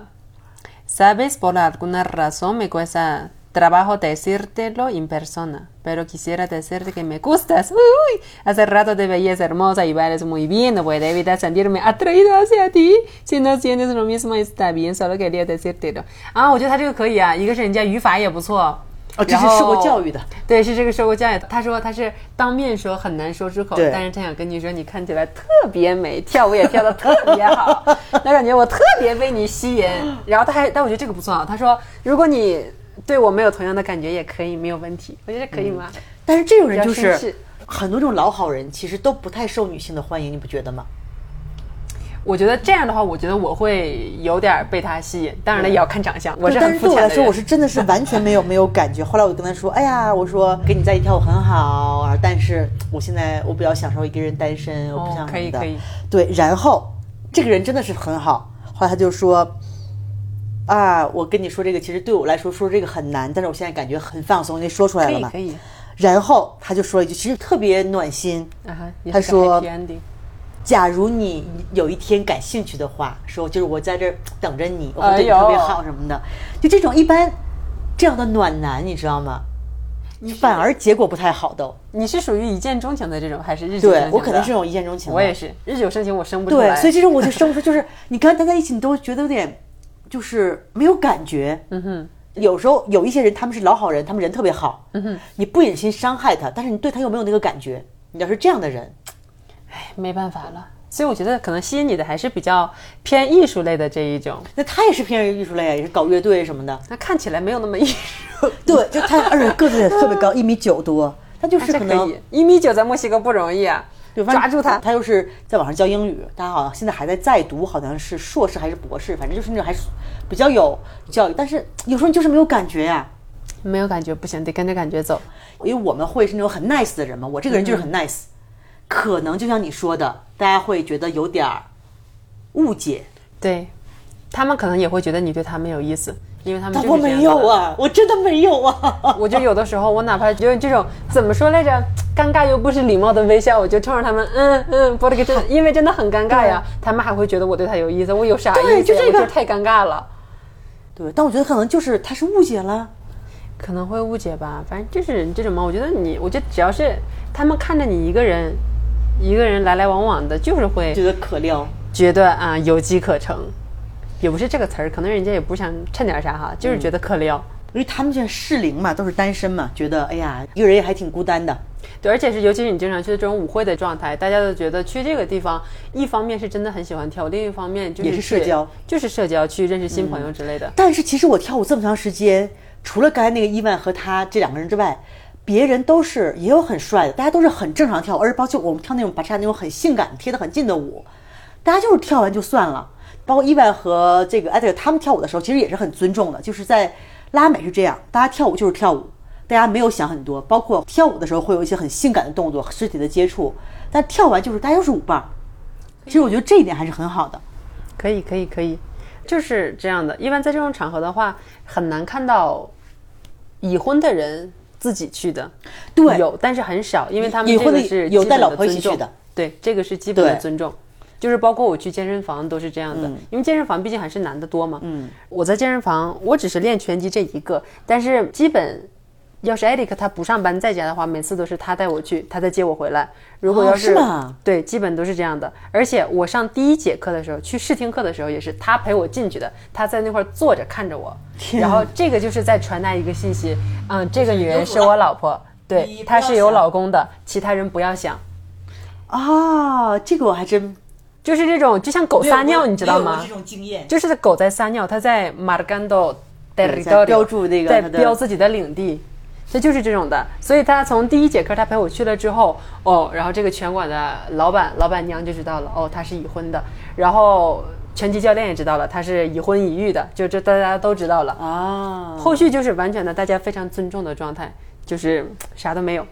B: ，Sabes por alguna razón me cuesta trabajo decírtelo en persona, pero quisiera decirte que me gustas. Uy, hace rato te veías hermosa y bailas muy bien. No puedo evitar sentirme atraído hacia ti. Si no sientes lo mismo está bien, solo quería decírtelo. Ah, 啊，我觉得他这个可以啊，一个是人家语法也不错。
A: 哦这是
B: 然后
A: 受过教育的，
B: 对，是这个受过教育的。他说他是当面说很难说出口，
A: 对
B: 但是他想跟你说，你看起来特别美，跳舞也跳得特别好，那感觉我特别被你吸引。然后他还，但我觉得这个不错啊。他说，如果你对我没有同样的感觉也可以，没有问题。我觉得可以吗？
A: 但是这种人就
B: 比较绅
A: 是
B: 士
A: 很多这种老好人，其实都不太受女性的欢迎，你不觉得吗？
B: 我觉得这样的话，我觉得我会有点被他吸引。当然了，也要看长相，我是
A: 但
B: 很
A: 是对我
B: 肤浅的
A: 来说，我
B: 人。
A: 是真的是完全没有没有感觉。后来我就跟他说：“哎呀，我说跟你在一起跳舞很好，啊但是我现在我比较享受一个人单身，我不想
B: 哦，可以
A: 什么的
B: 可以。
A: 对，然后这个人真的是很好，后来他就说。啊，我跟你说这个，其实对我来说说这个很难，但是我现在感觉很放松，因为说出来
B: 可
A: 了
B: 以
A: 嘛
B: 可。以
A: 然后他就说了一句，其实特别暖心。
B: 啊哈，也
A: 他
B: 是个
A: 说
B: happy ending
A: 假如你有一天感兴趣的话，说就是我在这儿等着你，我会对你
B: 哎呦
A: 特别好什么的，就这种一般这样的暖男，你知道吗？反而结果不太好都。
B: 你是属于一见钟情的这种，还是日久
A: 对
B: 生情的？
A: 我肯定是那种一见钟情的，
B: 我也是日久生情，我生不出来。
A: 对，所以这种我就生不出，就是你跟他在一起，你都觉得有点，就是没有感觉。嗯哼。有时候有一些人，他们是老好人，他们人特别好。嗯哼。你不忍心伤害他，但是你对他又没有那个感觉。你要是这样的人，
B: 没办法了。所以我觉得可能吸引你的还是比较偏艺术类的这一种，
A: 那他也是偏艺术类啊，也是搞乐队什么的。
B: 那看起来没有那么艺术。
A: 对，就他，而且个子也特别
B: (laughs)
A: 高，一米九多，他就是
B: 这
A: 可
B: 可
A: 能
B: 以，一米九在墨西哥不容易啊，
A: 对反正
B: 抓住他。
A: 他又是在网上教英语，他好像现在还在在读，好像是硕士还是博士，反正就是那种还是比较有教育，但是有时候你就是没有感觉呀、
B: 没有感觉不行，得跟着感觉走。
A: 因为我们会是那种很 nice 的人嘛，我这个人
B: 嗯
A: 就是很 nice，、可能就像你说的，大家会觉得有点儿误解，
B: 对，他们可能也会觉得你对他们有意思，因为他们
A: 但
B: 嗯就是
A: 我
B: 这
A: 没
B: 样子
A: 有
B: 的。
A: 啊，我真的没有啊。 (laughs)
B: 我就有的时候，我哪怕就是这种怎么说来着，尴尬又不失礼貌的微笑，我就冲着他们，嗯嗯，拨了个真，因为真的很尴尬呀。他们还会觉得我对他有意思，我有啥意思
A: 对
B: 呀？
A: 就这个
B: 我太尴尬了。
A: 对，但我觉得可能就是他是误解了，
B: 可能会误解吧，反正就是这种嘛。我觉得你，我觉得只要是他们看着你一个人，一个人来来往往的，就是会
A: 觉得可哦撩。
B: 觉得啊、有机可乘，也不是这个词儿，可能人家也不想趁点啥哈，就是觉得可撩。
A: 因为他们现在适龄嘛，都是单身嘛，觉得哎呀，一个人也还挺孤单的。
B: 对，而且是尤其是你经常去的这种舞会的状态，大家都觉得去这个地方，一方面是真的很喜欢跳，另一方面就是
A: 也是社交，嗯
B: 就是社交去认识新朋友之类的。
A: 但是其实我跳舞这么长时间，除了刚才那个伊万和他这两个人之外，别人都是也有很帅的，大家都是很正常跳，而包括我们跳那种巴恰那种很性感、贴得很近的舞，大家就是跳完就算了。包括伊万和这个艾德他们跳舞的时候，其实也是很尊重的，就是在拉美是这样，大家跳舞就是跳舞，大家没有想很多。包括跳舞的时候会有一些很性感的动作、肢体的接触，但跳完就是大家就是舞伴儿。其实我觉得这一点还是很好的。
B: 可以，可以，可以，就是这样的。一般在这种场合的话，很难看到已婚的人自己去的，
A: 对
B: 有，但是很少，因为他们
A: 已
B: 这
A: 婚
B: 个
A: 的
B: 是
A: 有
B: 基
A: 带
B: 本
A: 老
B: 的
A: 婆一起
B: 尊重
A: 去的，
B: 对，这个是基本的
A: 对嗯
B: 尊重。就是包括我去健身房都是这样的，因为健身房毕竟还是男的多嘛。嗯，我在健身房，我只是练拳击这一个，但是基本，要是 Eric 他不上班在家的话，每次都是他带我去，他再接我回来。如果
A: 哦
B: 要
A: 是吗
B: 对，基本都是这样的。而且我上第一节课的时候，去试听课的时候也是他陪我进去的，他在那块儿坐着看着我。
A: 天
B: 然后这个就是在传达一个信息，嗯，这个女人是我老婆，
C: 你
B: 对，
C: 不
B: 她
C: 要
B: 是有
C: 想
B: 老公的，其他人不要想。
A: 啊，这个我还真
B: 就是这种，就像狗撒尿，你知道
C: 我有
B: 吗
C: 过这？种经验，
B: 就是狗在撒尿，它在 marcando
A: 对在
B: territorio，
A: 标注那个
B: 在
A: 它的
B: 标自己的领地，它就是这种的。所以他从第一节课他陪我去了之后，哦，然后这个拳馆的老板老板娘就知道了，哦，他是已婚的，然后拳击教练也知道了，他是已婚已育的，就这大家都知道了。
A: 啊，
B: 后续就是完全的大家非常尊重的状态，就是嗯啥都没有。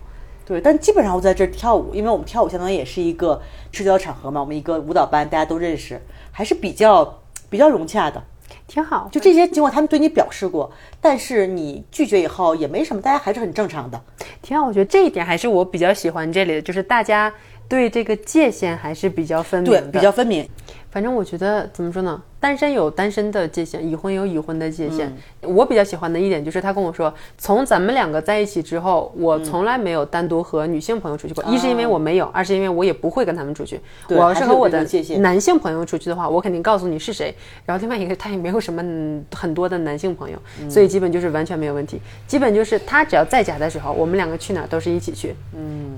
A: 对，但基本上我在这儿跳舞，因为我们跳舞相当于也是一个社交场合嘛，我们一个舞蹈班，大家都认识，还是比较比较融洽的。
B: 挺好，
A: 就这些尽管他们对你表示过，但是你拒绝以后也没什么，大家还是很正常的。
B: 挺好。我觉得这一点还是我比较喜欢这里的，就是大家对这个界限还是比较分明
A: 对
B: 的，，
A: 比较分明。
B: 反正我觉得怎么说呢，单身有单身的界限，已婚有已婚的界限。
A: 嗯
B: 我比较喜欢的一点就是他跟我说，从咱们两个在一起之后，
A: 嗯
B: 我从来没有单独和女性朋友出去过。一是因为我没有，二是因为我也不会跟他们出去。
A: 啊
B: 我
A: 对
B: 要
A: 还是
B: 和
A: 有
B: 我
A: 这
B: 的
A: 种界限
B: 男性朋友出去的话，我肯定告诉你是谁。然后另外一个，他也没有什么嗯很多的男性朋友，所以基本就是完全没有问题。基本就是他只要在家的时候，我们两个去哪儿都是一起去。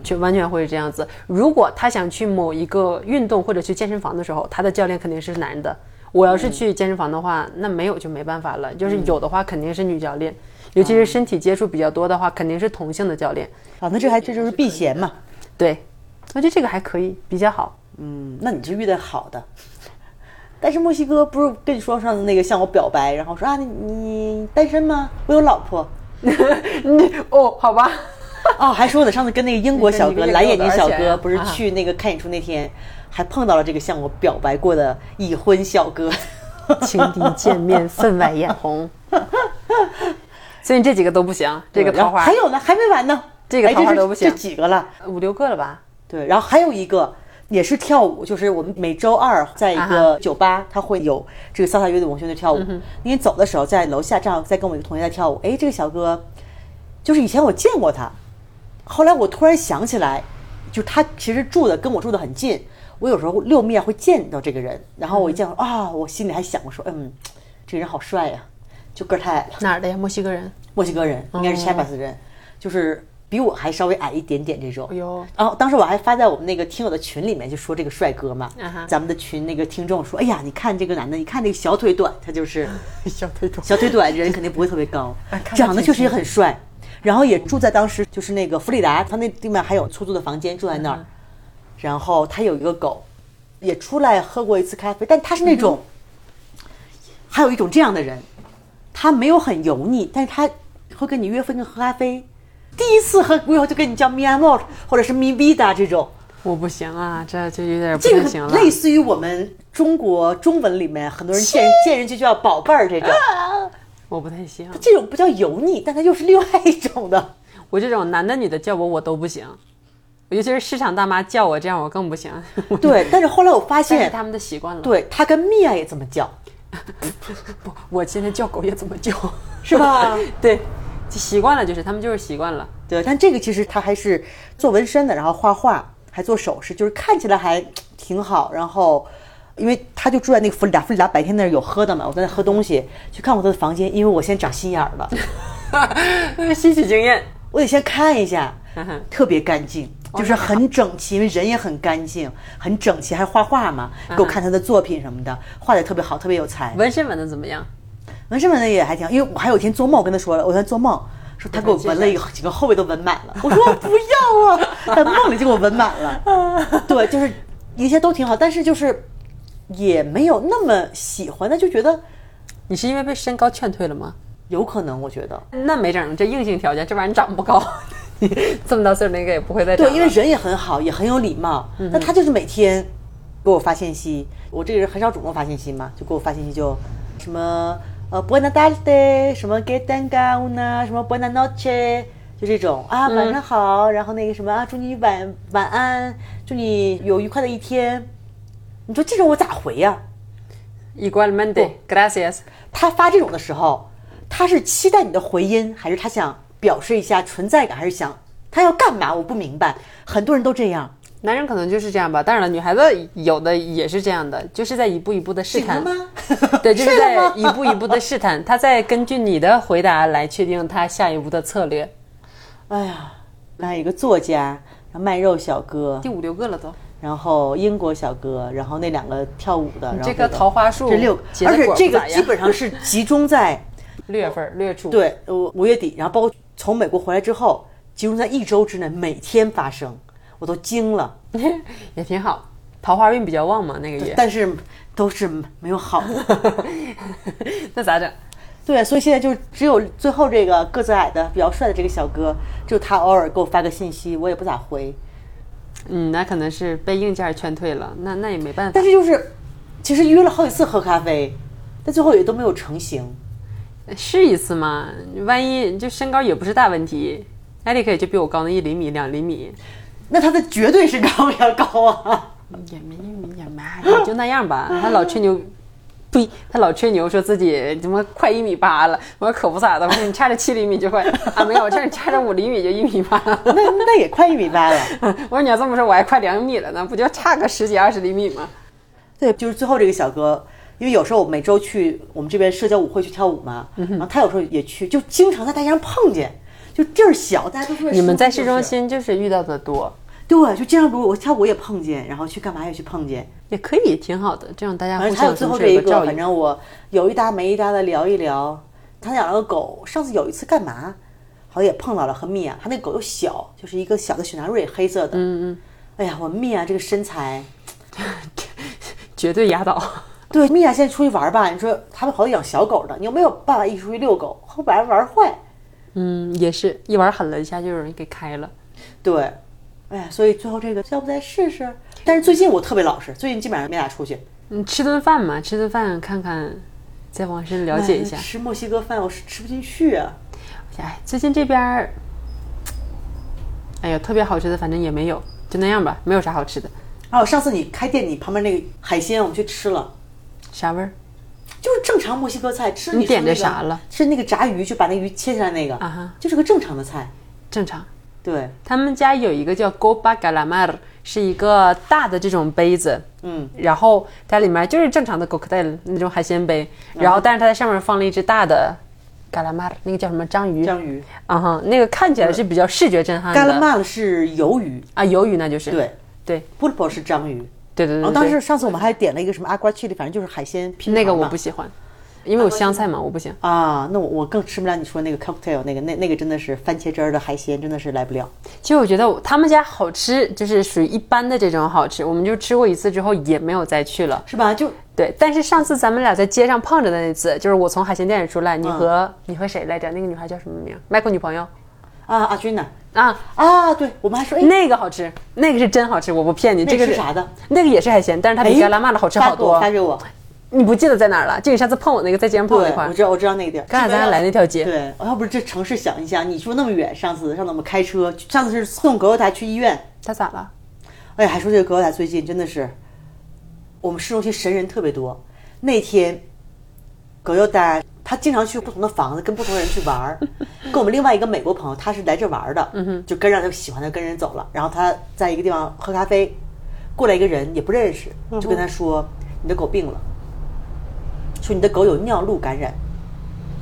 B: 就完全会是这样子。如果他想去某一个运动或者去健身房的时候，他的教练肯定是男的。我要是去健身房的话，那没有就没办法了，就是有的话肯定是女教练，尤其是身体接触比较多的话，肯定是同性的教练。
A: 啊，那这还这就是避嫌嘛。
B: 对，我觉得这个还可以，比较好。
A: 嗯，那你是遇到好的。但是墨西哥不是跟你说上次那个向我表白，然后说啊你你单身吗？我有老婆。
B: 嗯， (laughs) 哦，好吧。
A: 哦，还说呢，上次跟那个英国小
B: 跟
A: 哥
B: 那个
A: 蓝眼睛小
B: 英国的而且
A: 哥，不是
B: 啊
A: 去那个看演出那天，还碰到了这个向我表白过的已婚小哥。
B: 情敌见 (laughs) 面，分外眼红。所以这几个都不行， (laughs) 这个
A: 对然
B: 桃
A: 后
B: 花
A: 还有呢，还没完呢，
B: 这个
A: 哎
B: 桃花
A: 是
B: 都不行
A: 这几个了。
B: 五六个了吧？
A: 对，然后还有一个也是跳舞，就是我们每周二在一
B: 啊
A: 个酒吧，他会有这个潇洒乐队我们兄弟跳舞。那天走的时候，在楼下正好在跟我一个同学在跳舞，哎，这个小哥，就是以前我见过他，后来我突然想起来，就他其实住的跟我住的很近，我有时候六面会见到这个人，然后我一见啊、我心里还想我说，嗯，这个人好帅呀、就个儿太矮了。
B: 哪儿的呀？墨西哥人。
A: 墨西哥人，应该是chiapas
B: 哦
A: 人，就是比我还稍微矮一点点这种。
B: 哎呦
A: 然后当时我还发在我们那个听友的群里面，就说这个帅哥嘛，
B: 啊哈
A: 咱们的群那个听众说，哎呀，你看这个男的，你看这个小腿短，他就是
B: 小腿短。
A: 小腿短，人肯定不会特别高
B: (laughs) 哎，看着
A: 长得确实也很帅。然后也住在当时就是那个弗里达，他那地面还有出租的房间，住在那
B: 嗯
A: 儿。然后他有一个狗，也出来喝过一次咖啡，但他是那种，
B: 嗯
A: 还有一种这样的人，他没有很油腻，但是他会跟你约会跟喝咖啡。第一次喝，然后就跟你叫 mi amor 或者是 mi vida 这种，
B: 我不行啊，这就有点不
A: 这
B: 太
A: 个
B: 行了。
A: 类似于我们中国中文里面很多人见见人就叫宝贝儿这种，
B: 我不太行，
A: 这种不叫油腻，但它又是另外一种的。
B: 我这种男的女的叫我我都不行，尤其是市场大妈叫我这样我更不 (laughs) 行。
A: 对，但是后来我发
B: 但是
A: 现，
B: 他们的习惯了。，
A: 对他跟米娅也这么叫，
B: 我现在叫狗也怎么 (laughs) 叫，
A: 是 (laughs) 吧？
B: 对，就习惯了，就是他们就是习惯了。
A: 对，但这个其实他还是做纹身的，然后画画，还做首饰，就是看起来还挺好。然后，因为他就住在那个弗里达，弗里达白天那儿有喝的嘛，我在那喝东西，去看过他的房间，因为我现在长心眼儿了，
B: (laughs) 吸取经 (laughs) 验。
A: 我得先看一下
B: 哼，
A: 特别干净，就是很整齐，因为人也很干净，很整齐，还画画嘛，给我看他的作品什么的，画的特别好，特别有才。
B: 纹身纹的怎么样？
A: 纹身纹的也还挺好，因为我还有一天做梦，我跟他说了，我在做梦。说他给我纹了一个几个后背都纹满了，我说我不要啊，在梦里就给我纹满了。对，就是一切都挺好，但是就是也没有那么喜欢，那就觉得
B: 你是因为被身高劝退了吗？
A: 有可能，我觉得
B: 那没整，这硬性条件，这玩意儿长不高， (laughs) 你这么大岁数那个也不会再长
A: 对，
B: 了。
A: 因为人也很好，也很有礼貌。那他就是每天给我发信息，我这个人很少主动发信息嘛，就给我发信息就什么呃 buena tarde，什么 que tenga una，什么 buena noche，就这种啊晚上好，然后那个什么啊祝你晚晚安，祝你有愉快的一天。你说这种我咋回呀、
B: igualmente gracias。
A: 他发这种的时候，他是期待你的回音，还是他想表示一下存在感，还是想他要干嘛？我不明白，很多人都这样。
B: 男人可能就是这样吧，当然了，女孩子有的也是这样的，就是在一步一步的试探
A: 醒了吗
B: 对，就是
A: 睡了
B: 在
A: 吗
B: 一步一步的试探，她在根据你的回答来确定她下一步的策略。
A: 哎呀，那有一个作家，然后卖肉小哥，
B: 第五六个了都，
A: 然后英国小哥，然后那两个跳舞的，然后
B: 这个
A: 这
B: 桃花树
A: 这六个，
B: 结的
A: 而且
B: 果不
A: 这个
B: 咋样
A: 基本上是集中在 (laughs)
B: 六月份儿六月初，，
A: 对呃五五月底，然后包括从美国回来之后，集中在一周之内每天发生，我都惊了。
B: (laughs) 也挺好，桃花运比较旺嘛那个月， (laughs)
A: 但是都是没有好的， (laughs)
B: 那咋整？
A: 对，啊所以现在就是只有最后这个个子矮的比较帅的这个小哥，就他偶尔给我发个信息，我也不咋回。
B: 嗯，那可能是被硬件劝退了，那那也没办法
A: 但。是就是，其实约了好几次喝咖啡，但最后也都没有成型。
B: 试一次嘛，万一就身高也不是大问题，艾利克也就比我高那一厘米、两厘米，
A: 那他的绝对身高比较高啊。
B: 也没也没也就那样吧。 (laughs) 他老吹牛，呸，他老吹牛说自己怎么快一米八了，我说可不咋的，我说你差着七厘米就快 (laughs) 啊，没有，我这你差着五厘米就一米八
A: (laughs) 那那也快一米八了。
B: (laughs) 我说你要这么说，我还快两米了呢，不就差个十几二十厘米吗？
A: (laughs) 对，就是最后这个小哥，因为有时候我每周去我们这边社交舞会去跳舞嘛，然后他有时候也去，就经常在大街上碰见。就地儿小，大家都说
B: 你们在市
A: 是
B: 中，心就是遇到的多，
A: 对，就经常比如我跳舞也碰见，然后去干嘛也去碰见，
B: 也可以挺好的，这样大家
A: 反正
B: 互
A: 还有
B: 相
A: 最
B: 同
A: 后
B: 时
A: 这一
B: 有个
A: 个，
B: 照
A: 反
B: 应。
A: 正我有一搭没一搭的聊一聊。他养了个狗，上次有一次干嘛，好像也碰到了和蜜娅，他那狗又小，就是一个小的雪纳瑞，黑色的。嗯嗯。哎呀，我蜜娅这个身材，
B: 绝对压倒。 (laughs)
A: 对，蜜娅啊现在出去玩吧，你说他们好多养小狗的，你有没有办法一起出去遛狗，后把人玩坏？
B: 嗯，也是一玩狠了一下就有人给开了。
A: 对，哎呀，所以最后这个要不再试试？但是最近我特别老实，最近基本上没咋出去。
B: 嗯，吃顿饭嘛，吃顿饭看看，再往深了解一下
A: 哎。吃墨西哥饭我是吃不进去啊。
B: 哎，最近这边儿，哎呀，特别好吃的反正也没有，就那样吧，没有啥好吃的。
A: 然后哦上次你开店，你旁边那个海鲜我们去吃了，
B: 啥味儿？
A: 就是正常墨西哥菜，吃
B: 你
A: 说
B: 点的
A: 那个
B: 啥了？
A: 吃那个炸鱼，就把那鱼切下来那个，
B: 啊哈
A: 就是个正常的菜。
B: 正常。
A: 对，
B: 他们家有一个叫 Goba Galamar，是一个大的这种杯子，
A: 嗯，
B: 然后它里面就是正常的 g o k t a i l 那种海鲜杯，
A: 嗯
B: 然后但是它在上面放了一只大的 Galamar，那个叫什么章鱼？
A: 章鱼，
B: 啊哈，那个看起来是比较视觉震撼
A: 嘎拉
B: 的。
A: 玛了是鱿鱼，
B: 啊，鱿鱼那就是
A: 对
B: 对
A: 布 u l 是章鱼。
B: 对对对
A: 然
B: 嗯对
A: 后当时上次我们还点了一个什么阿瓜切里，反正就是海鲜拼
B: 那个
A: 盘
B: 我
A: 嘛
B: 不喜欢，因为我香菜嘛，我不行。
A: 啊，那我我更吃不了你说那个 cocktail 那个那那个真的是番茄汁儿的海鲜真的是来不了。
B: 其实我觉得我他们家好吃，就是属于一般的这种好吃，我们就吃过一次之后也没有再去了。
A: 是吧？就
B: 对，但是上次咱们俩在街上碰着的那次，就是我从海鲜店里出来，
A: 嗯
B: 你和、你和谁来着？那个女孩叫什么名？Michael 女朋友
A: 啊，阿君呐，
B: 啊，
A: 啊，对，我们还说，哎，
B: 那个好吃，那个是真好吃，我不骗你。
A: 那
B: 这个
A: 是
B: 是
A: 啥的？
B: 那个也是海鲜，但是它比
A: 哎
B: 加拉玛的好吃好多
A: 发给我，。发给我。
B: 你不记得在哪儿了？就你上次碰我那个在街上碰我
A: 对
B: 那块，
A: 我
B: 儿，
A: 知道，我知道那个地儿。
B: 刚才咱俩来那条街。
A: 对，要不是这城市小，你想，你住那么远，上次上次我们开车，上次是送狗狗台去医院，
B: 他咋了？
A: 哎呀，还说这个狗狗台最近真的是，我们市中心神人特别多。那天，狗狗台他经常去不同的房子，跟不同的人去玩儿，跟我们另外一个美国朋友，他是来这玩儿的，
B: 嗯
A: 就跟上他喜欢的跟人走了，然后他在一个地方喝咖啡，过来一个人也不认识，
B: 嗯
A: 就跟哦他说、你的狗病了，说你的狗有尿路感染。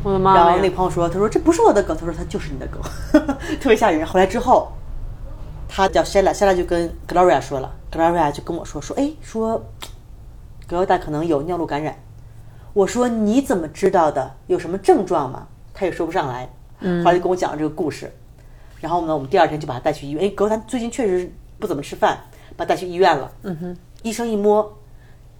B: 我的妈呀
A: 然后那朋友说，他说这不是我的狗，他说它就是你的狗， (laughs) 特别吓人。后来之后，他叫 Shella，Shella 就跟 Gloria 说了，Gloria 就跟我说说，哎，说 Gloria 可能有尿路感染。我说你怎么知道的？有什么症状吗？他也说不上来。后来就跟我讲了这个故事，然后呢，我们第二天就把他带去医院。哎，狗他最近确实不怎么吃饭，把他带去医院了。嗯哼，医生一摸，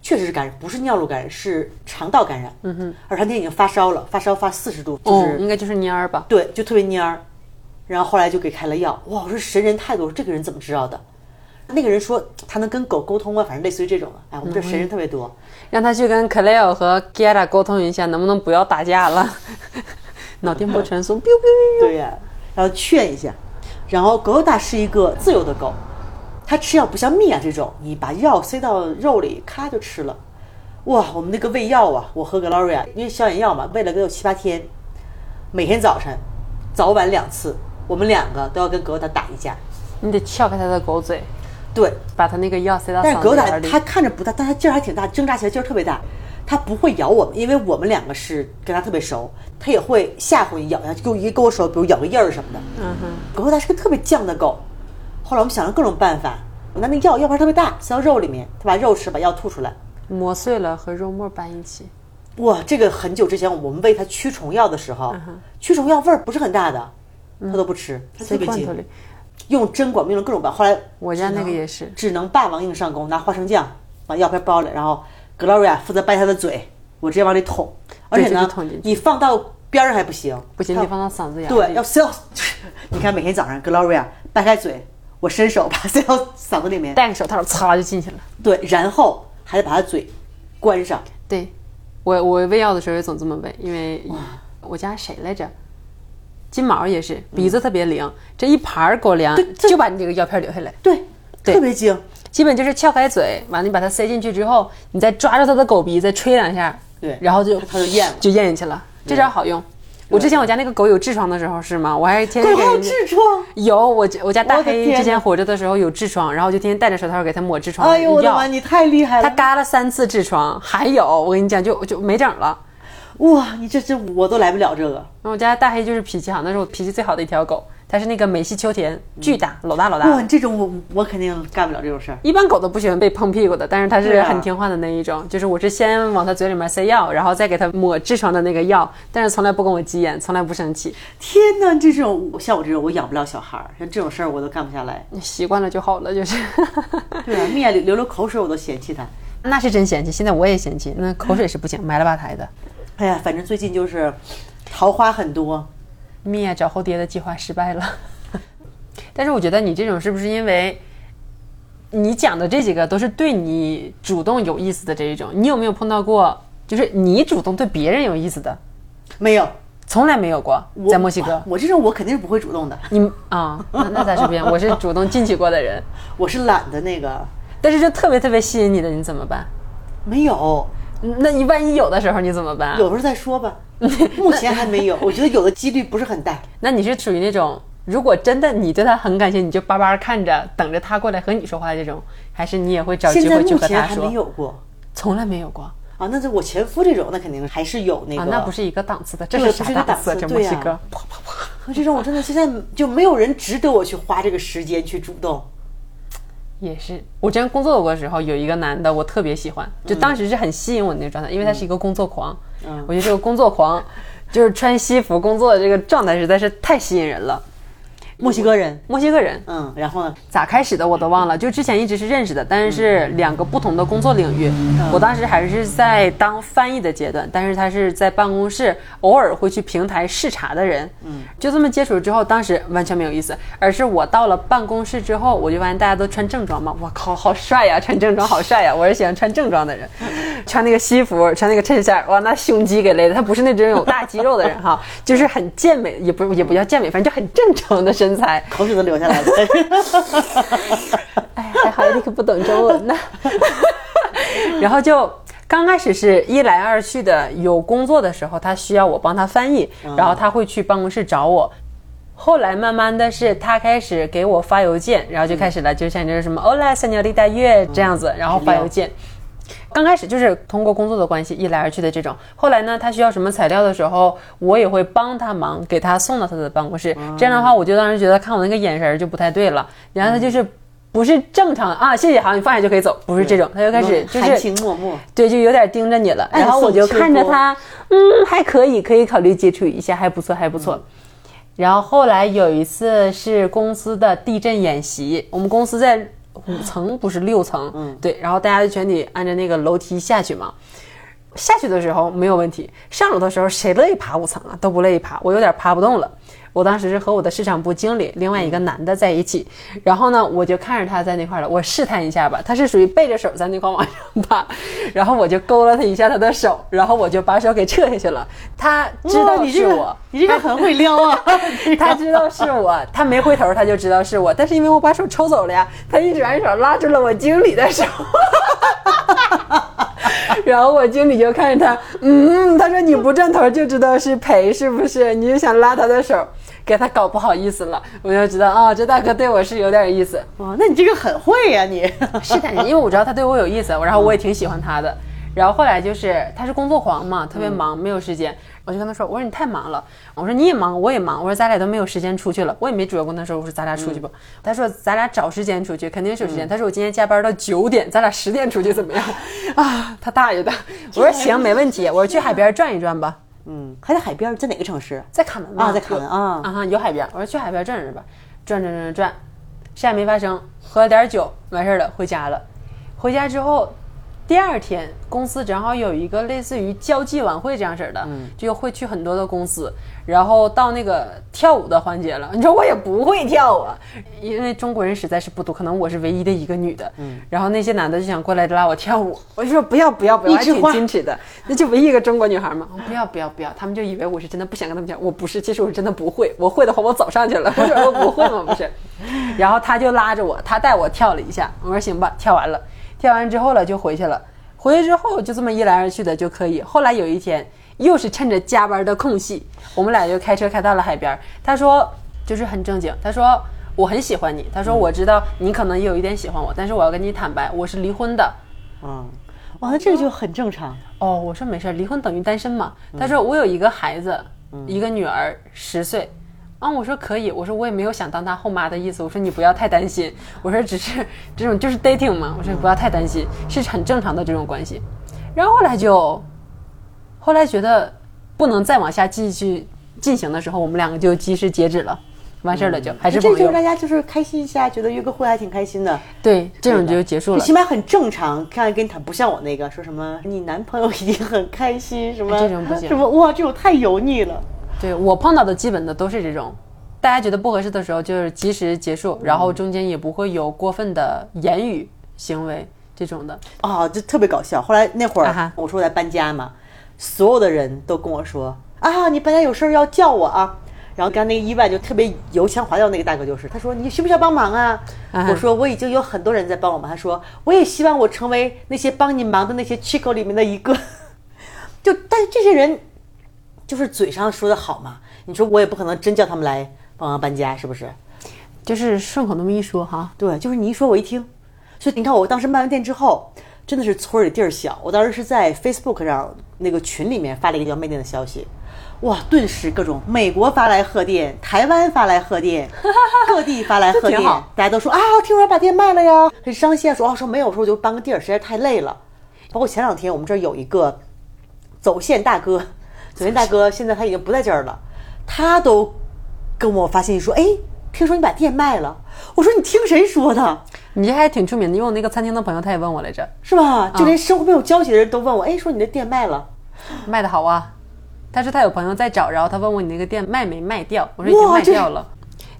A: 确实是感染，不是尿路感染，是肠道感染。嗯哼，而他那天已经发烧了，发烧发四十度，就
B: 哦
A: 是、，
B: 应该就是蔫儿吧？
A: 对，就特别蔫儿。然后后来就给开了药。哇，我说神人太多，我说这个人怎么知道的？那个人说他能跟狗沟通啊，反正类似于这种的。哎，我们这神人特别多。
B: 让他去跟 Cleo 和 Giera 沟通一下，能不能不要打架了？ (laughs) 脑电波传送
A: (laughs)
B: ，biu biu biu biu
A: 对呀、然后劝一下。然后狗肉大是一个自由的狗，它吃药不像蜜啊这种，你把药塞到肉里，咔就吃了。哇，我们那个喂药啊，我和 Gloria 因为消炎药嘛，喂了得有七八天，每天早晨、早晚两次，我们两个都要跟狗肉大打一架。
B: 你得撬开他的狗嘴，
A: 对，
B: 把他那个药塞到
A: 但是
B: 嗓
A: 狗
B: 子
A: 仔
B: 眼里。
A: 它看着不大，但它劲儿还挺大，挣扎起来劲儿特别大。它不会咬我们，因为我们两个是跟它特别熟，它也会吓唬你咬一下，就一跟我说，比如咬个印儿什么的。
B: 嗯哼，
A: 狗狗它是个特别犟的狗。后来我们想了各种办法，那那药药丸特别大，塞到肉里面，它把肉吃，把药吐出来。
B: 磨碎了和肉末拌一起。
A: 哇，这个很久之前我们喂它驱虫药的时候，
B: 嗯
A: 驱虫药味儿不是很大的，它都不吃，它特
B: 塞
A: 别
B: 嗯罐
A: 精
B: 头。里，
A: 用针管，用了各种办法。后来
B: 我家那个
A: 只能
B: 也是
A: 只能霸王硬上弓，拿花生酱把药片包了，然后 Gloria 啊负责掰它的嘴，我直接往里捅，而且
B: 就是
A: 呢
B: 捅进，去
A: 你放到边儿上还不行，
B: 不行，
A: 它
B: 得放到嗓子眼里。
A: 对，要 (laughs) 塞到，你看每天早上 Gloria 啊掰开嘴，我伸手把它 (laughs) 塞到嗓子里面，
B: 戴个手套，擦就
A: (laughs)
B: 进去了。
A: 对，然后还得把它嘴关上，
B: 对，我我喂药的时候也总这么喂，因为我家谁来着？金毛也是，鼻子特别灵，这一盘儿狗粮
A: 对嗯这
B: 就把你这个药片留下来，
A: 对，
B: 对
A: 特别精，
B: 基本就是撬开嘴，完了你把它塞进去之后，你再抓住它的狗鼻子吹两下，
A: 对
B: 然后就
A: 它它就咽了
B: 就咽进去了，这招好用。我之前我家那个狗有痔疮的时候是吗？我还天
A: 狗
B: 天
A: (laughs)
B: 给
A: 还有
B: 人家
A: 痔疮，
B: 有我家我家大
A: 我的
B: 黑
A: 天
B: 之前
A: 哪
B: 活着的时候有痔疮，然后我就天天戴着手套给它抹痔疮
A: 哎呦我的
B: 药
A: 妈，。你太厉害
B: 它
A: 了，
B: 嘎了三次痔疮，还有我跟你讲就就没整了。
A: 哇，你这这我都来不了这个，
B: 然后我家大黑就是脾气好，那是我脾气最好的一条狗，它是那个美系秋田，巨大，
A: 嗯
B: 老大老大
A: 哇，
B: 了。
A: 这种我我肯定干不了这种事儿，
B: 一般狗都不喜欢被碰屁股的，但是它
A: 对
B: 是
A: 啊
B: 很听话的那一种。就是我是先往它嘴里面塞药，然后再给它抹痔疮的那个药，但是从来不跟我急眼，从来不生气，
A: 天哪，这种像我这种我养不了小孩儿，像这种事儿我都干不下来，
B: 习惯了就好了。就是，
A: 对啊，面流流口水我都嫌弃它。
B: (laughs) 那是真嫌弃。现在我也嫌弃，那口水是不行，埋了吧台的。
A: 哎呀，反正最近就是桃花很多，
B: 蜜娅找后爹的计划失败了。 (laughs) 但是我觉得你这种是不是因为你讲的这几个都是对你主动有意思的这一种？你有没有碰到过就是你主动对别人有意思的？
A: 没有
B: 从来没有过，
A: 我
B: 在墨西哥
A: 我，我这种我肯定是不会主动的，
B: 你啊、那那咱是不一样。我是主动进去过的人，
A: 我是懒的那个，
B: 但是就特别特别吸引你的，你怎么办？嗯
A: 没有，
B: 那你万一有的时候你怎么办？
A: 有时候再说吧，目前还没有，我觉得有的几率不是
B: (laughs)
A: 很大。
B: 那你是属于那种，如果真的你对他很感兴趣，你就巴巴看着，等着他过来和你说话的这种，还是你也会找
A: 现
B: 机
A: 在
B: 会去
A: 目
B: 和
A: 前
B: 他
A: 还
B: 说？
A: 没有过
B: 从来没有过啊，
A: 啊，那是我前夫这种，那肯定还是有那个。
B: 那不是一个档次的，这
A: 对
B: 是
A: 不是一
B: 啥
A: 个
B: 档
A: 档
B: 次？
A: 次
B: 这墨
A: 对
B: 西
A: 呀
B: 哥，啪啪啪！
A: 我这种，我真的现在就没有人值得我去花这个时间去主动。
B: 也是。我之前工作过的时候，有一个男的，我特别喜欢，就当时是很吸引我的那个状态，因为他是一个工作狂。
A: 嗯
B: 我觉得这个工作狂，就是穿西服工作的这个状态实在是太吸引人了。
A: 墨西哥人，
B: 墨西哥人
A: 嗯，然后呢，
B: 咋开始的我都忘了，就之前一直是认识的，但是是两个不同的工作领域。我当时还是在当翻译的阶段，但是他是在办公室偶尔会去平台视察的人。嗯，就这么接触之后，当时完全没有意思，而是我到了办公室之后，我就发现大家都穿正装嘛，我靠，好帅呀，穿正装好帅呀！我是喜欢穿正装的人，穿那个西服，穿那个衬衫，哇，那胸肌给勒的。他不是那种有大肌肉的人哈，就是很健美，也不也不叫健美，反正就很正常的身材。
A: 口水都流下来了。
B: 哎，还好你可不懂中 (laughs) 文呢。然后就刚开始是一来二去的，有工作的时候他需要我帮他翻译，然后他会去办公室找我。后来慢慢的是他开始给嗯我发邮件，然后就开始了，就像这是什么 “Hola, señorita 月”这样子，然后发邮件。刚开始就是通过工作的关系一来二去的这种，后来呢，他需要什么材料的时候，我也会帮他忙，给他送到他的办公室。这样的话，我就当时觉得看我那个眼神儿就不太对了，然后他就是不是正常啊，谢谢，好，你放下就可以走，不是 (laughs) 这种，他就开始就
A: 含
B: 是
A: 嗯情脉脉。
B: 对，就有点盯着你了。
A: 暗
B: 然后我
A: 送
B: 就
A: 秋
B: 看着
A: 波
B: 他，嗯，还可以，可以考虑接触一下，还不错，还不错。
A: 嗯
B: 然后后来有一次是公司的地震演习，我们公司在五层不是六层，嗯，对，然后大家就全体按着那个楼梯下去嘛。下去的时候没有问题，上楼的时候谁乐意爬五层啊？都不乐意爬，我有点爬不动了。我当时是和我的市场部经理另外一个男的在一起，然后呢，我就看着他在那块儿了，我试探一下吧，他是属于背着手在那块儿往上爬， (laughs) 然后我就勾了他一下他的手，然后我就把手给撤下去了。他知
A: 哇
B: 道
A: 你这
B: 是
A: 个
B: 我，
A: 你这个很会撩啊！
B: (laughs) 他知道是我，他没回头，他就知道是我。但是因为我把手抽走了呀，他一转手拉住了我经理的手， (laughs) 然后我经理就看着他，嗯，他说你不转头就知道是赔，是不是？你就想拉他的手，给他搞不好意思了。我就知道啊、这大哥对我是有点意思，
A: (laughs) 哇，那你这个很会呀、你。
B: 试探一下，因为我知道他对我有意思，然后我也挺喜欢他的。然后后来就是他是工作狂嘛，特别忙，没有时间。我就跟他说：“我说你太忙了，我说你也忙，我也忙，我说咱俩都没有时间出去了。我也没主动跟他说，我说咱俩出去吧。他说：“咱俩找时间出去，肯定是有时间。他说：“我今天加班到九点，咱俩十点出去怎么样？” (laughs) 啊，他大爷的！我说：“行，没问题。”我说：“去海边转一转吧。”
A: 嗯，还在海边儿，在哪个城市？
B: 在卡门
A: 啊在卡门
B: 有
A: 啊
B: 啊哈，有海边儿。我说去海边儿转转吧，转转转转转，啥也没发生，喝了点儿酒，完事儿了，回家了。回家之后，第二天公司正好有一个类似于交际晚会这样式儿的，就会去很多的公司，然后到那个跳舞的环节了。你说我也不会跳啊，因为中国人实在是不多，可能我是唯一的一个女的。然后那些男的就想过来拉我跳舞，嗯我就说不要不要不要，
A: 一
B: 还
A: 枝
B: 挺
A: 花
B: 矜矜持的，那就唯一一个中国女孩嘛。不要不要不要，他们就以为我是真的不想跟他们讲，我不是，其实我是真的不会。我会的话，我早上去了。我说我 (laughs) 不会嘛，不是。然后他就拉着我，他带我跳了一下，我说行吧，跳完了，跳完之后了就回去了。回去之后就这么一来二去的就可以。后来有一天，又是趁着加班的空隙，我们俩就开车开到了海边儿。他说就是很正经，他说。我很喜欢你，他说我知道你可能也有一点喜欢我，但是我要跟你坦白，我是离婚的，
A: 嗯，哇，那这个就很正常。
B: 哦，我说没事儿，离婚等于单身嘛。他说我有一个孩子，
A: 嗯
B: 一个女儿，十岁。啊，我说可以，我说我也没有想当他后妈的意思，我说你不要太担心，我说只是这种就是 dating 嘛，我说不要太担心，是很正常的这种关系。然后后来就，后来觉得不能再往下继续进行的时候，我们两个就及时截止了，完事儿了就、还是
A: 嗯这
B: 朋
A: 就是
B: 友
A: 大，家就是开心一下，觉得约个会还挺开心的，
B: 对，这种就结束
A: 就
B: 了。
A: 起码很正常。看跟你谈不像我那个说什么，你男朋友已经很开心，什么
B: 哎这种不行
A: 什么哇，这种太油腻了。
B: 对我碰到的基本的都是这种，大家觉得不合适的时候就是及时结束，然后中间也不会有过分的言语行为这种的。
A: 啊，就特别搞笑。后来那会儿、
B: 啊哈
A: 我说我在搬家嘛，所有的人都跟我说啊，你搬家有事儿要叫我啊。然后刚才那个意外就特别油腔滑调那个大哥就是，他说你需不需要帮忙啊？
B: 啊哈
A: 我说我已经有很多人在帮我忙。他说我也希望我成为那些帮你忙的那些 chico 里面的一个。 (laughs) 就但是这些人就是嘴上说的好嘛，你说我也不可能真叫他们来帮忙搬家，是不是？
B: 就是顺口那么一说哈，
A: 对，就是你一说，我一听。所以你看，我当时卖完店之后，真的是村儿里地儿小。我当时是在 Facebook 上那个群里面发了一个叫卖店的消息，哇，顿时各种美国发来贺电，台湾发来贺电，各地发来贺
B: (laughs) 这
A: 电，
B: 挺好
A: 大家都说啊，听说把店卖了呀，很伤心啊。说啊，说没有，说我就搬个地儿，实在太累了。包括前两天我们这儿有一个走线大 (laughs) 哥，走线大哥现在他已经不在这儿了，他都跟我发信息说，哎，听说你把店卖了，我说你听谁说的，
B: 你这还挺出名的，因为我那个餐厅的朋友他也问我来着，
A: 是吧？就连生活没有交集的人都问我，哎，说你的店卖了，
B: 卖的好啊。他说他有朋友在找，然后他问我你那个店卖没卖掉，我说已经
A: 哇
B: 卖
A: 这
B: 掉了，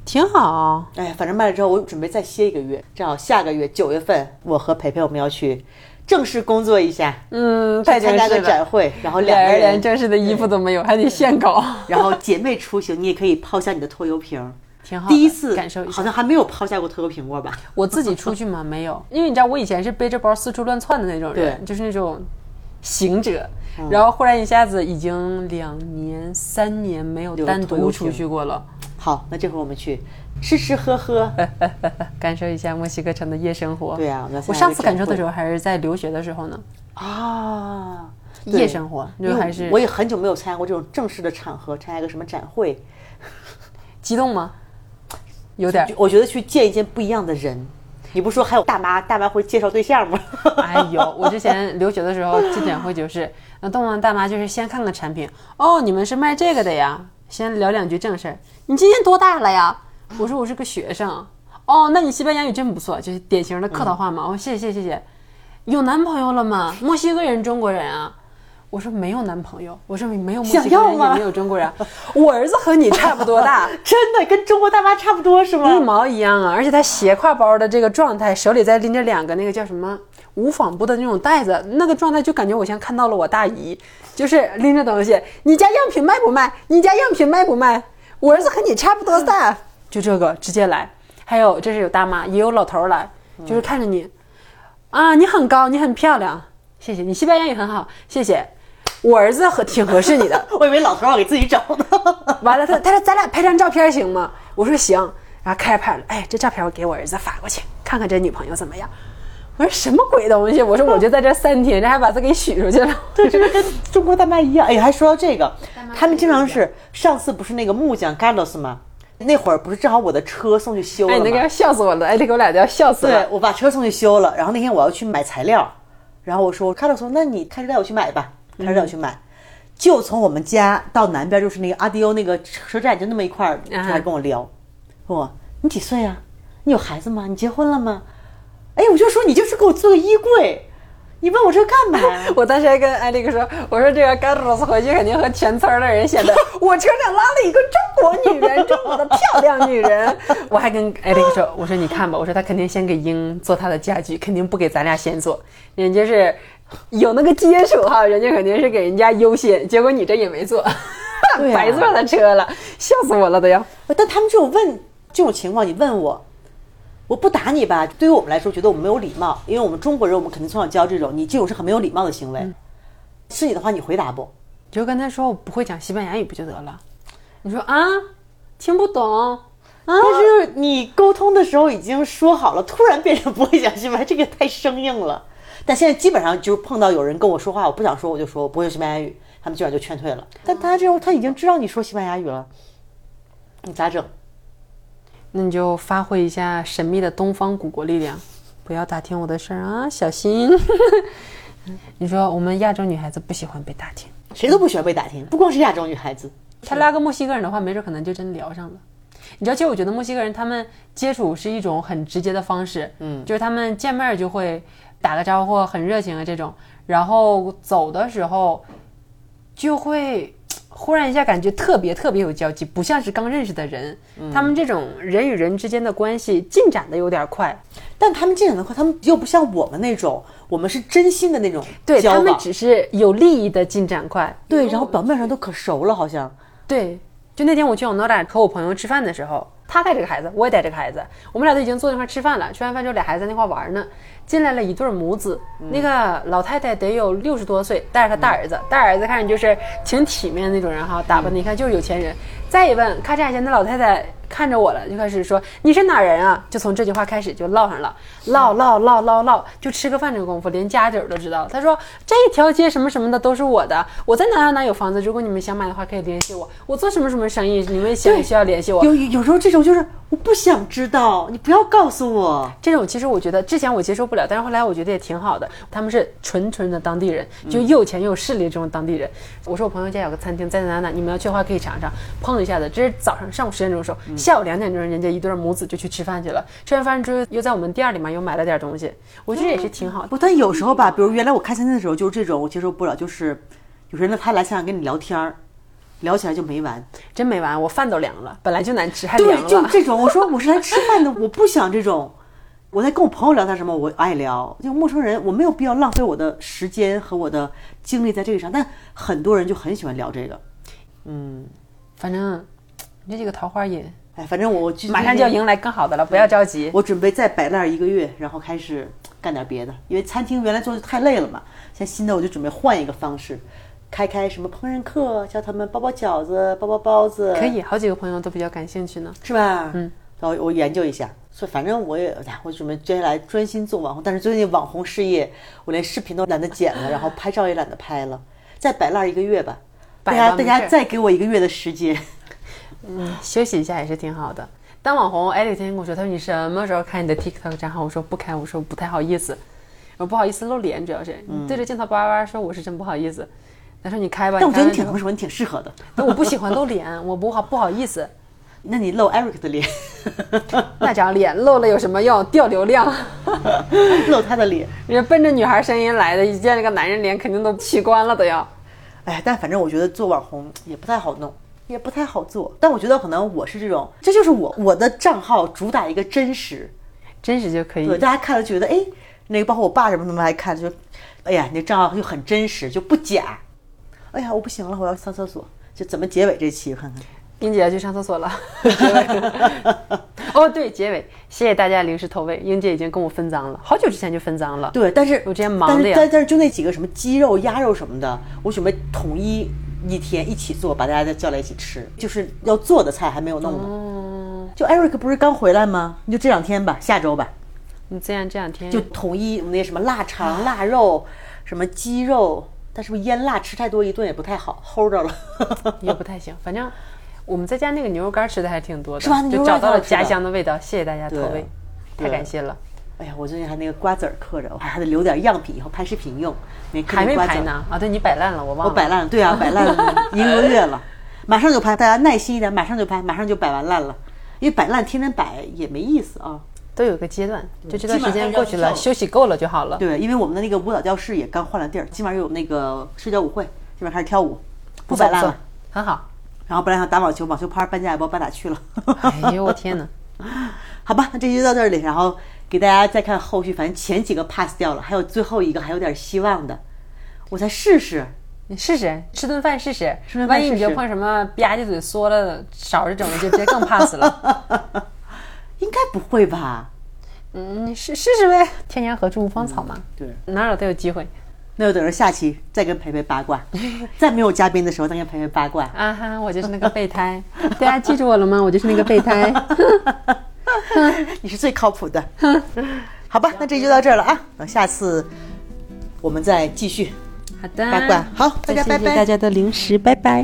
B: 挺好。
A: 哎，反正卖了之后，我准备再歇一个月，正好下个月九月份，我和培培我们要去正式工作一下，
B: 嗯，太
A: 再
B: 正
A: 参加
B: 式
A: 个展 (laughs)
B: 了。
A: 会，然后两
B: 俩
A: 个
B: 人
A: 人
B: 连，正式的衣服都没有，还得现搞，
A: 然后姐妹出行，你也可以抛下你的拖油瓶。
B: 挺好的。
A: 第一次
B: 感受一下
A: 好。像还没有抛下过拖油瓶过吧？
B: 我自己出
A: (laughs)
B: 去嘛，没有，因为你知道我以前是背着包四处乱窜的那种人，就是那种行者。
A: 嗯
B: 然后忽然一下子已经两年、三年没有
A: 有
B: 单
A: 徒
B: 独
A: 步
B: 出
A: 行
B: 去过了，
A: 好，那这会儿我们去吃吃喝喝，
B: 感受一下墨西哥城的夜生活。
A: 对啊我
B: 我
A: 现在
B: 上
A: 就
B: 次
A: 这样
B: 感受的
A: 混
B: 时候还是在留学的时候呢，
A: 啊，对
B: 哦夜生活
A: 因
B: 就
A: 为
B: 还是
A: 我也很久没有参加过这种正式的场合，参加个什么展会，
B: 激动吗？有点儿
A: 就，我觉得去见一见不一样的人。你不是说还有大妈，大妈会介绍对象吗？ (laughs)
B: (laughs) 哎呦，我之前留学的时候进展会就是， (laughs) 那东王大妈就是先看看产品，哦，你们是卖这个的呀，先聊两句正事儿。你今年多大了呀？我说我是个学生。哦，那你西班牙语真不错，就是典型的客套话嘛。哦，谢谢谢谢。有男朋友了吗？墨西哥人、中国人啊？我说没有男朋友，我说没有墨西
A: 想
B: 哥
A: 要
B: 人，也
A: 吗
B: 没有中国人。啊我儿子和你差不多大，
A: 真的跟中国大妈差不多是吗？
B: 一毛一样啊！而且他斜挎包的这个状态，手里再拎着两个那个叫什么无纺布的那种袋子，那个状态就感觉我像看到了我大姨，就是拎着东西。你家样品卖不卖？你家样品卖不卖？我儿子和你差不多大，就这个直接来。还有这是有大妈，也有老头儿来，
A: 嗯
B: 就是看着你，啊，你很高，你很漂亮，谢谢你西班牙语很好，谢谢。我儿子和挺合适你的，
A: 我以为老头儿要给自己找呢。 (laughs)
B: 完了，他他说咱俩拍张照片行吗？我说行，然后开着拍了，哎，这照片我给我儿子发过去，看看这女朋友怎么样。我说什么鬼东西？我说我就在这三天，这还把他给许出去了。
A: 对，这个跟中国大妈一样。哎，还说到这个，他们经常是上次不是那个木匠 Carlos 吗？那会儿不是正好我的车送去修
B: 哎，
A: 了
B: 你那个
A: 吗？
B: 要笑死我了！哎，这给我俩都要笑死
A: 对
B: 了。，
A: 我把车送去修了，然后那天我要去买材料，然后我说 Carlos 说那你开车带我去买吧，开车带我去买。就从我们家到南边，就是那个阿迪欧那个车站，就那么一块儿，
B: 啊
A: 他跟我聊，问我你几岁啊？你有孩子吗？你结婚了吗？哎，我就说你就是给我做个衣柜，你问我这干嘛呀？
B: (laughs)
A: (laughs)
B: 我当时还跟艾丽克说，我说这个甘露斯回去肯定和全村儿的人显 (laughs) 得我车上拉了一个中国女人，中国的漂亮女人。 (laughs) 我还跟艾丽克说，我说你看吧，我说她肯定先给英做她的家具，肯定不给咱俩先做，人家是有那个接触哈，人家肯定是给人家优先，结果你这也没做， (laughs)
A: 对啊
B: 白坐他车了，笑死我了都要。
A: 但他们这种问这种情况，你问我，我不打你吧？对于我们来说，觉得我们没有礼貌，因为我们中国人，我们肯定从小教这种，你这种是很没有礼貌的行为。是你的话，你回答不？
B: 就跟他说我不会讲西班牙语不就得了？你说啊，听不懂。
A: 但是你沟通的时候已经说好了，突然变成不会讲西班牙，这个太生硬了。但现在基本上就是碰到有人跟我说话，我不想说，我就说我不会西班牙语，他们基本上就劝退了。但他这种他已经知道你说西班牙语了，你咋整？
B: 那你就发挥一下神秘的东方古国力量，不要打听我的事儿啊，小心。 (laughs) 你说我们亚洲女孩子不喜欢被打听，
A: 谁都不喜欢被打听，不光是亚洲女孩子。
B: 他拉个墨西哥人的话，没准可能就真聊上了。你知道，其实我觉得墨西哥人他们接触是一种很直接的方式，嗯，就是他们见面儿就会打个招呼，很热情啊这种，然后走的时候就会忽然一下感觉特别特别有交集，不像是刚认识的人。
A: 嗯
B: 他们这种人与人之间的关系进展的有点快，
A: 但他们进展的快，他们又不像我们那种，我们是真心的那种
B: 对
A: 交
B: 他们
A: 往，
B: 只是有利益的进展快，
A: 对，然后表面上都可熟了，好像
B: 对，就那天我去我诺达和我朋友吃饭的时候，他带着个孩子，我也带着个孩子，我们俩都已经坐那块儿吃饭了。吃完饭之后，俩孩子在那块儿玩呢。进来了一对儿母子，那个老太太得有六十多岁，带着她大儿子，大儿子看着就是挺体面的那种人哈，打扮的一看就是有钱人。再一问，咔嚓一下，那老太太看着我了，就开始说你是哪儿人啊？就从这句话开始就唠上了，唠唠唠唠唠，就吃个饭这功夫，连家底儿都知道了。他说这条街什么什么的都是我的，我在哪哪哪有房子，如果你们想买的话可以联系我，我做什么什么生意，你们想
A: 对
B: 需要联系我。
A: 有有有时候这种就是我不想知道，你不要告诉我。
B: 这种其实我觉得之前我接受不了，但是后来我觉得也挺好的。他们是纯纯的当地人，就又有钱又有势力这种当地人。我说我朋友家有个餐厅在哪哪，你们要去的话可以尝尝，碰一下子。这是早上上午十点钟的时候，下午两点钟人家一对母子就去吃饭去了。吃完饭之后又在我们店里面又买了点东西，我觉得也是挺好的。
A: 不，但有时候吧，比如原来我开餐厅的时候就是这种，我接受不了，就是有人呢他来想跟你聊天儿，聊起来就没完。
B: 真没完，我饭都凉了，本来就难吃还凉
A: 对，就
B: 了。
A: 这种，我说我是来吃饭的，我不想这种。我在跟我朋友聊他什么，我爱聊。就陌生人，我没有必要浪费我的时间和我的精力在这个上。但很多人就很喜欢聊这个。
B: 反正你这几个桃花也
A: 哎，反正我我就
B: 马上就要迎来更好的了，不要着急。
A: 我准备再摆烂一个月，然后开始干点别的，因为餐厅原来做的太累了嘛。现在新的我就准备换一个方式，开开什么烹饪课，教他们包包饺子、包包包子，
B: 可以，好几个朋友都比较感兴趣呢。
A: 是吧？嗯，我我研究一下。所以反正我也，哎我准备接下来专心做网红，但是最近网红事业，我连视频都懒得剪了，然后拍照也懒得拍了，再摆烂一个月吧。大
B: 摆
A: 家
B: 烂
A: 大
B: 没事
A: 家
B: 儿
A: 再给我一个月的时间。
B: 休息一下也是挺好的。当网红，艾丽天天跟我说，她说你什么时候开你的 TikTok 账号？我说不开，我说不太好意思，我不好意思露脸，主要是
A: 嗯
B: 你对着镜头叭叭叭说，我是真不好意思。她说你开吧，
A: 但我觉得你
B: 开
A: 挺
B: 吧
A: 能说，你挺适合的。
B: 我不喜欢露脸，
A: (laughs)
B: 我不好不好意思，
A: 那你露 Eric 的脸， (laughs)
B: 那张脸露了有什么用？掉流量。
A: 露他的脸。
B: 人家奔着女孩声音来的，一见这个男人脸肯定都取关了都要。
A: 哎，但反正我觉得做网红也不太好弄，也不太好做。但我觉得可能我是这种，这就是我我的账号主打一个真实，
B: 真实就可以
A: 对，大家看了觉得哎，那个包括我爸什么他们还看，就哎呀，你账号就很真实，就不假。哎呀，我不行了，我要上厕所。就怎么结尾这期我看看。
B: 英姐要去上
A: (laughs)
B: 厕所了。结尾哦，对，结尾，谢谢大家临时投喂，英姐已经跟我分赃了，好久之前就分赃了。
A: 对，但是
B: 我之前忙的呀
A: 但是但但是就那几个什么鸡肉、鸭肉什么的，我准备统一一天一起做，把大家再叫来一起吃。就是要做的菜还没有弄呢。就 Eric 不是刚回来吗？你就这两天吧，下周吧，
B: 你这样这两天
A: 就统一那什么腊
B: 啊
A: 肠、腊肉、什么鸡肉。但是不是腌腊吃太多一顿也不太好，齁着了。 (laughs)
B: 也不太行，反正我们在家那个牛肉干吃的还挺多的，
A: 是吧牛
B: 就
A: 肉
B: 找
A: 干
B: 到了
A: 挺好吃的
B: 家乡的味道。谢谢大家投喂，
A: 对
B: 太感谢了。
A: 哎呀，我最近还那个瓜子儿嗑着，我还还得留点样品，以后拍视频用。那嗑
B: 还没
A: 那瓜子
B: 排
A: 儿
B: 呢啊！对你摆烂了，我忘
A: 我
B: 了。
A: 摆烂了，对啊，摆烂
B: (laughs)
A: 了一个多月了，马上就拍，大家耐心一点，马上就拍，马上就摆完烂了，因为摆烂天天摆也没意思啊。
B: 都有个阶段，就这段
A: 基
B: 时
A: 本上
B: 间
A: 要
B: 过去
A: 跳
B: 了，
A: 了
B: 休息够了就好了。
A: 对，因为我们的那个舞蹈教室也刚换了地儿，今晚有那个社交舞会，今晚开始跳舞，不
B: 错
A: 摆烂
B: 错
A: 了。
B: 很好。
A: 然后本来想打网球，网球拍儿搬家也不知道搬哪去了。
B: 哎呦我天哪！
A: 好吧，那这期就到这里，然后给大家再看后续，反正前几个 pass 掉了，还有最后一个还有点希望的，我再试试。
B: 你试试吃顿饭试试，
A: 吃顿饭
B: 万一你
A: 试试
B: 就碰什么吧唧嘴缩了勺这种的，就直接更 pass
A: (laughs)
B: 了。
A: 应该不会吧？
B: 嗯，你试试试呗。天涯何处无芳草嘛，
A: 对，
B: 哪有都有机会
A: 那就等着下期再跟培培八卦，再没有嘉宾的时候再跟培培八卦。
B: 啊哈！我就是那个备胎， (laughs) 大家记住我了吗？我就是那个备胎。 (laughs)
A: (laughs) 你是最靠谱的。好吧，那这就到这儿了啊，等下次我们再继续
B: 好的，
A: 八卦。好，大家拜
B: 谢谢
A: 拜
B: 大。家的零食，拜拜。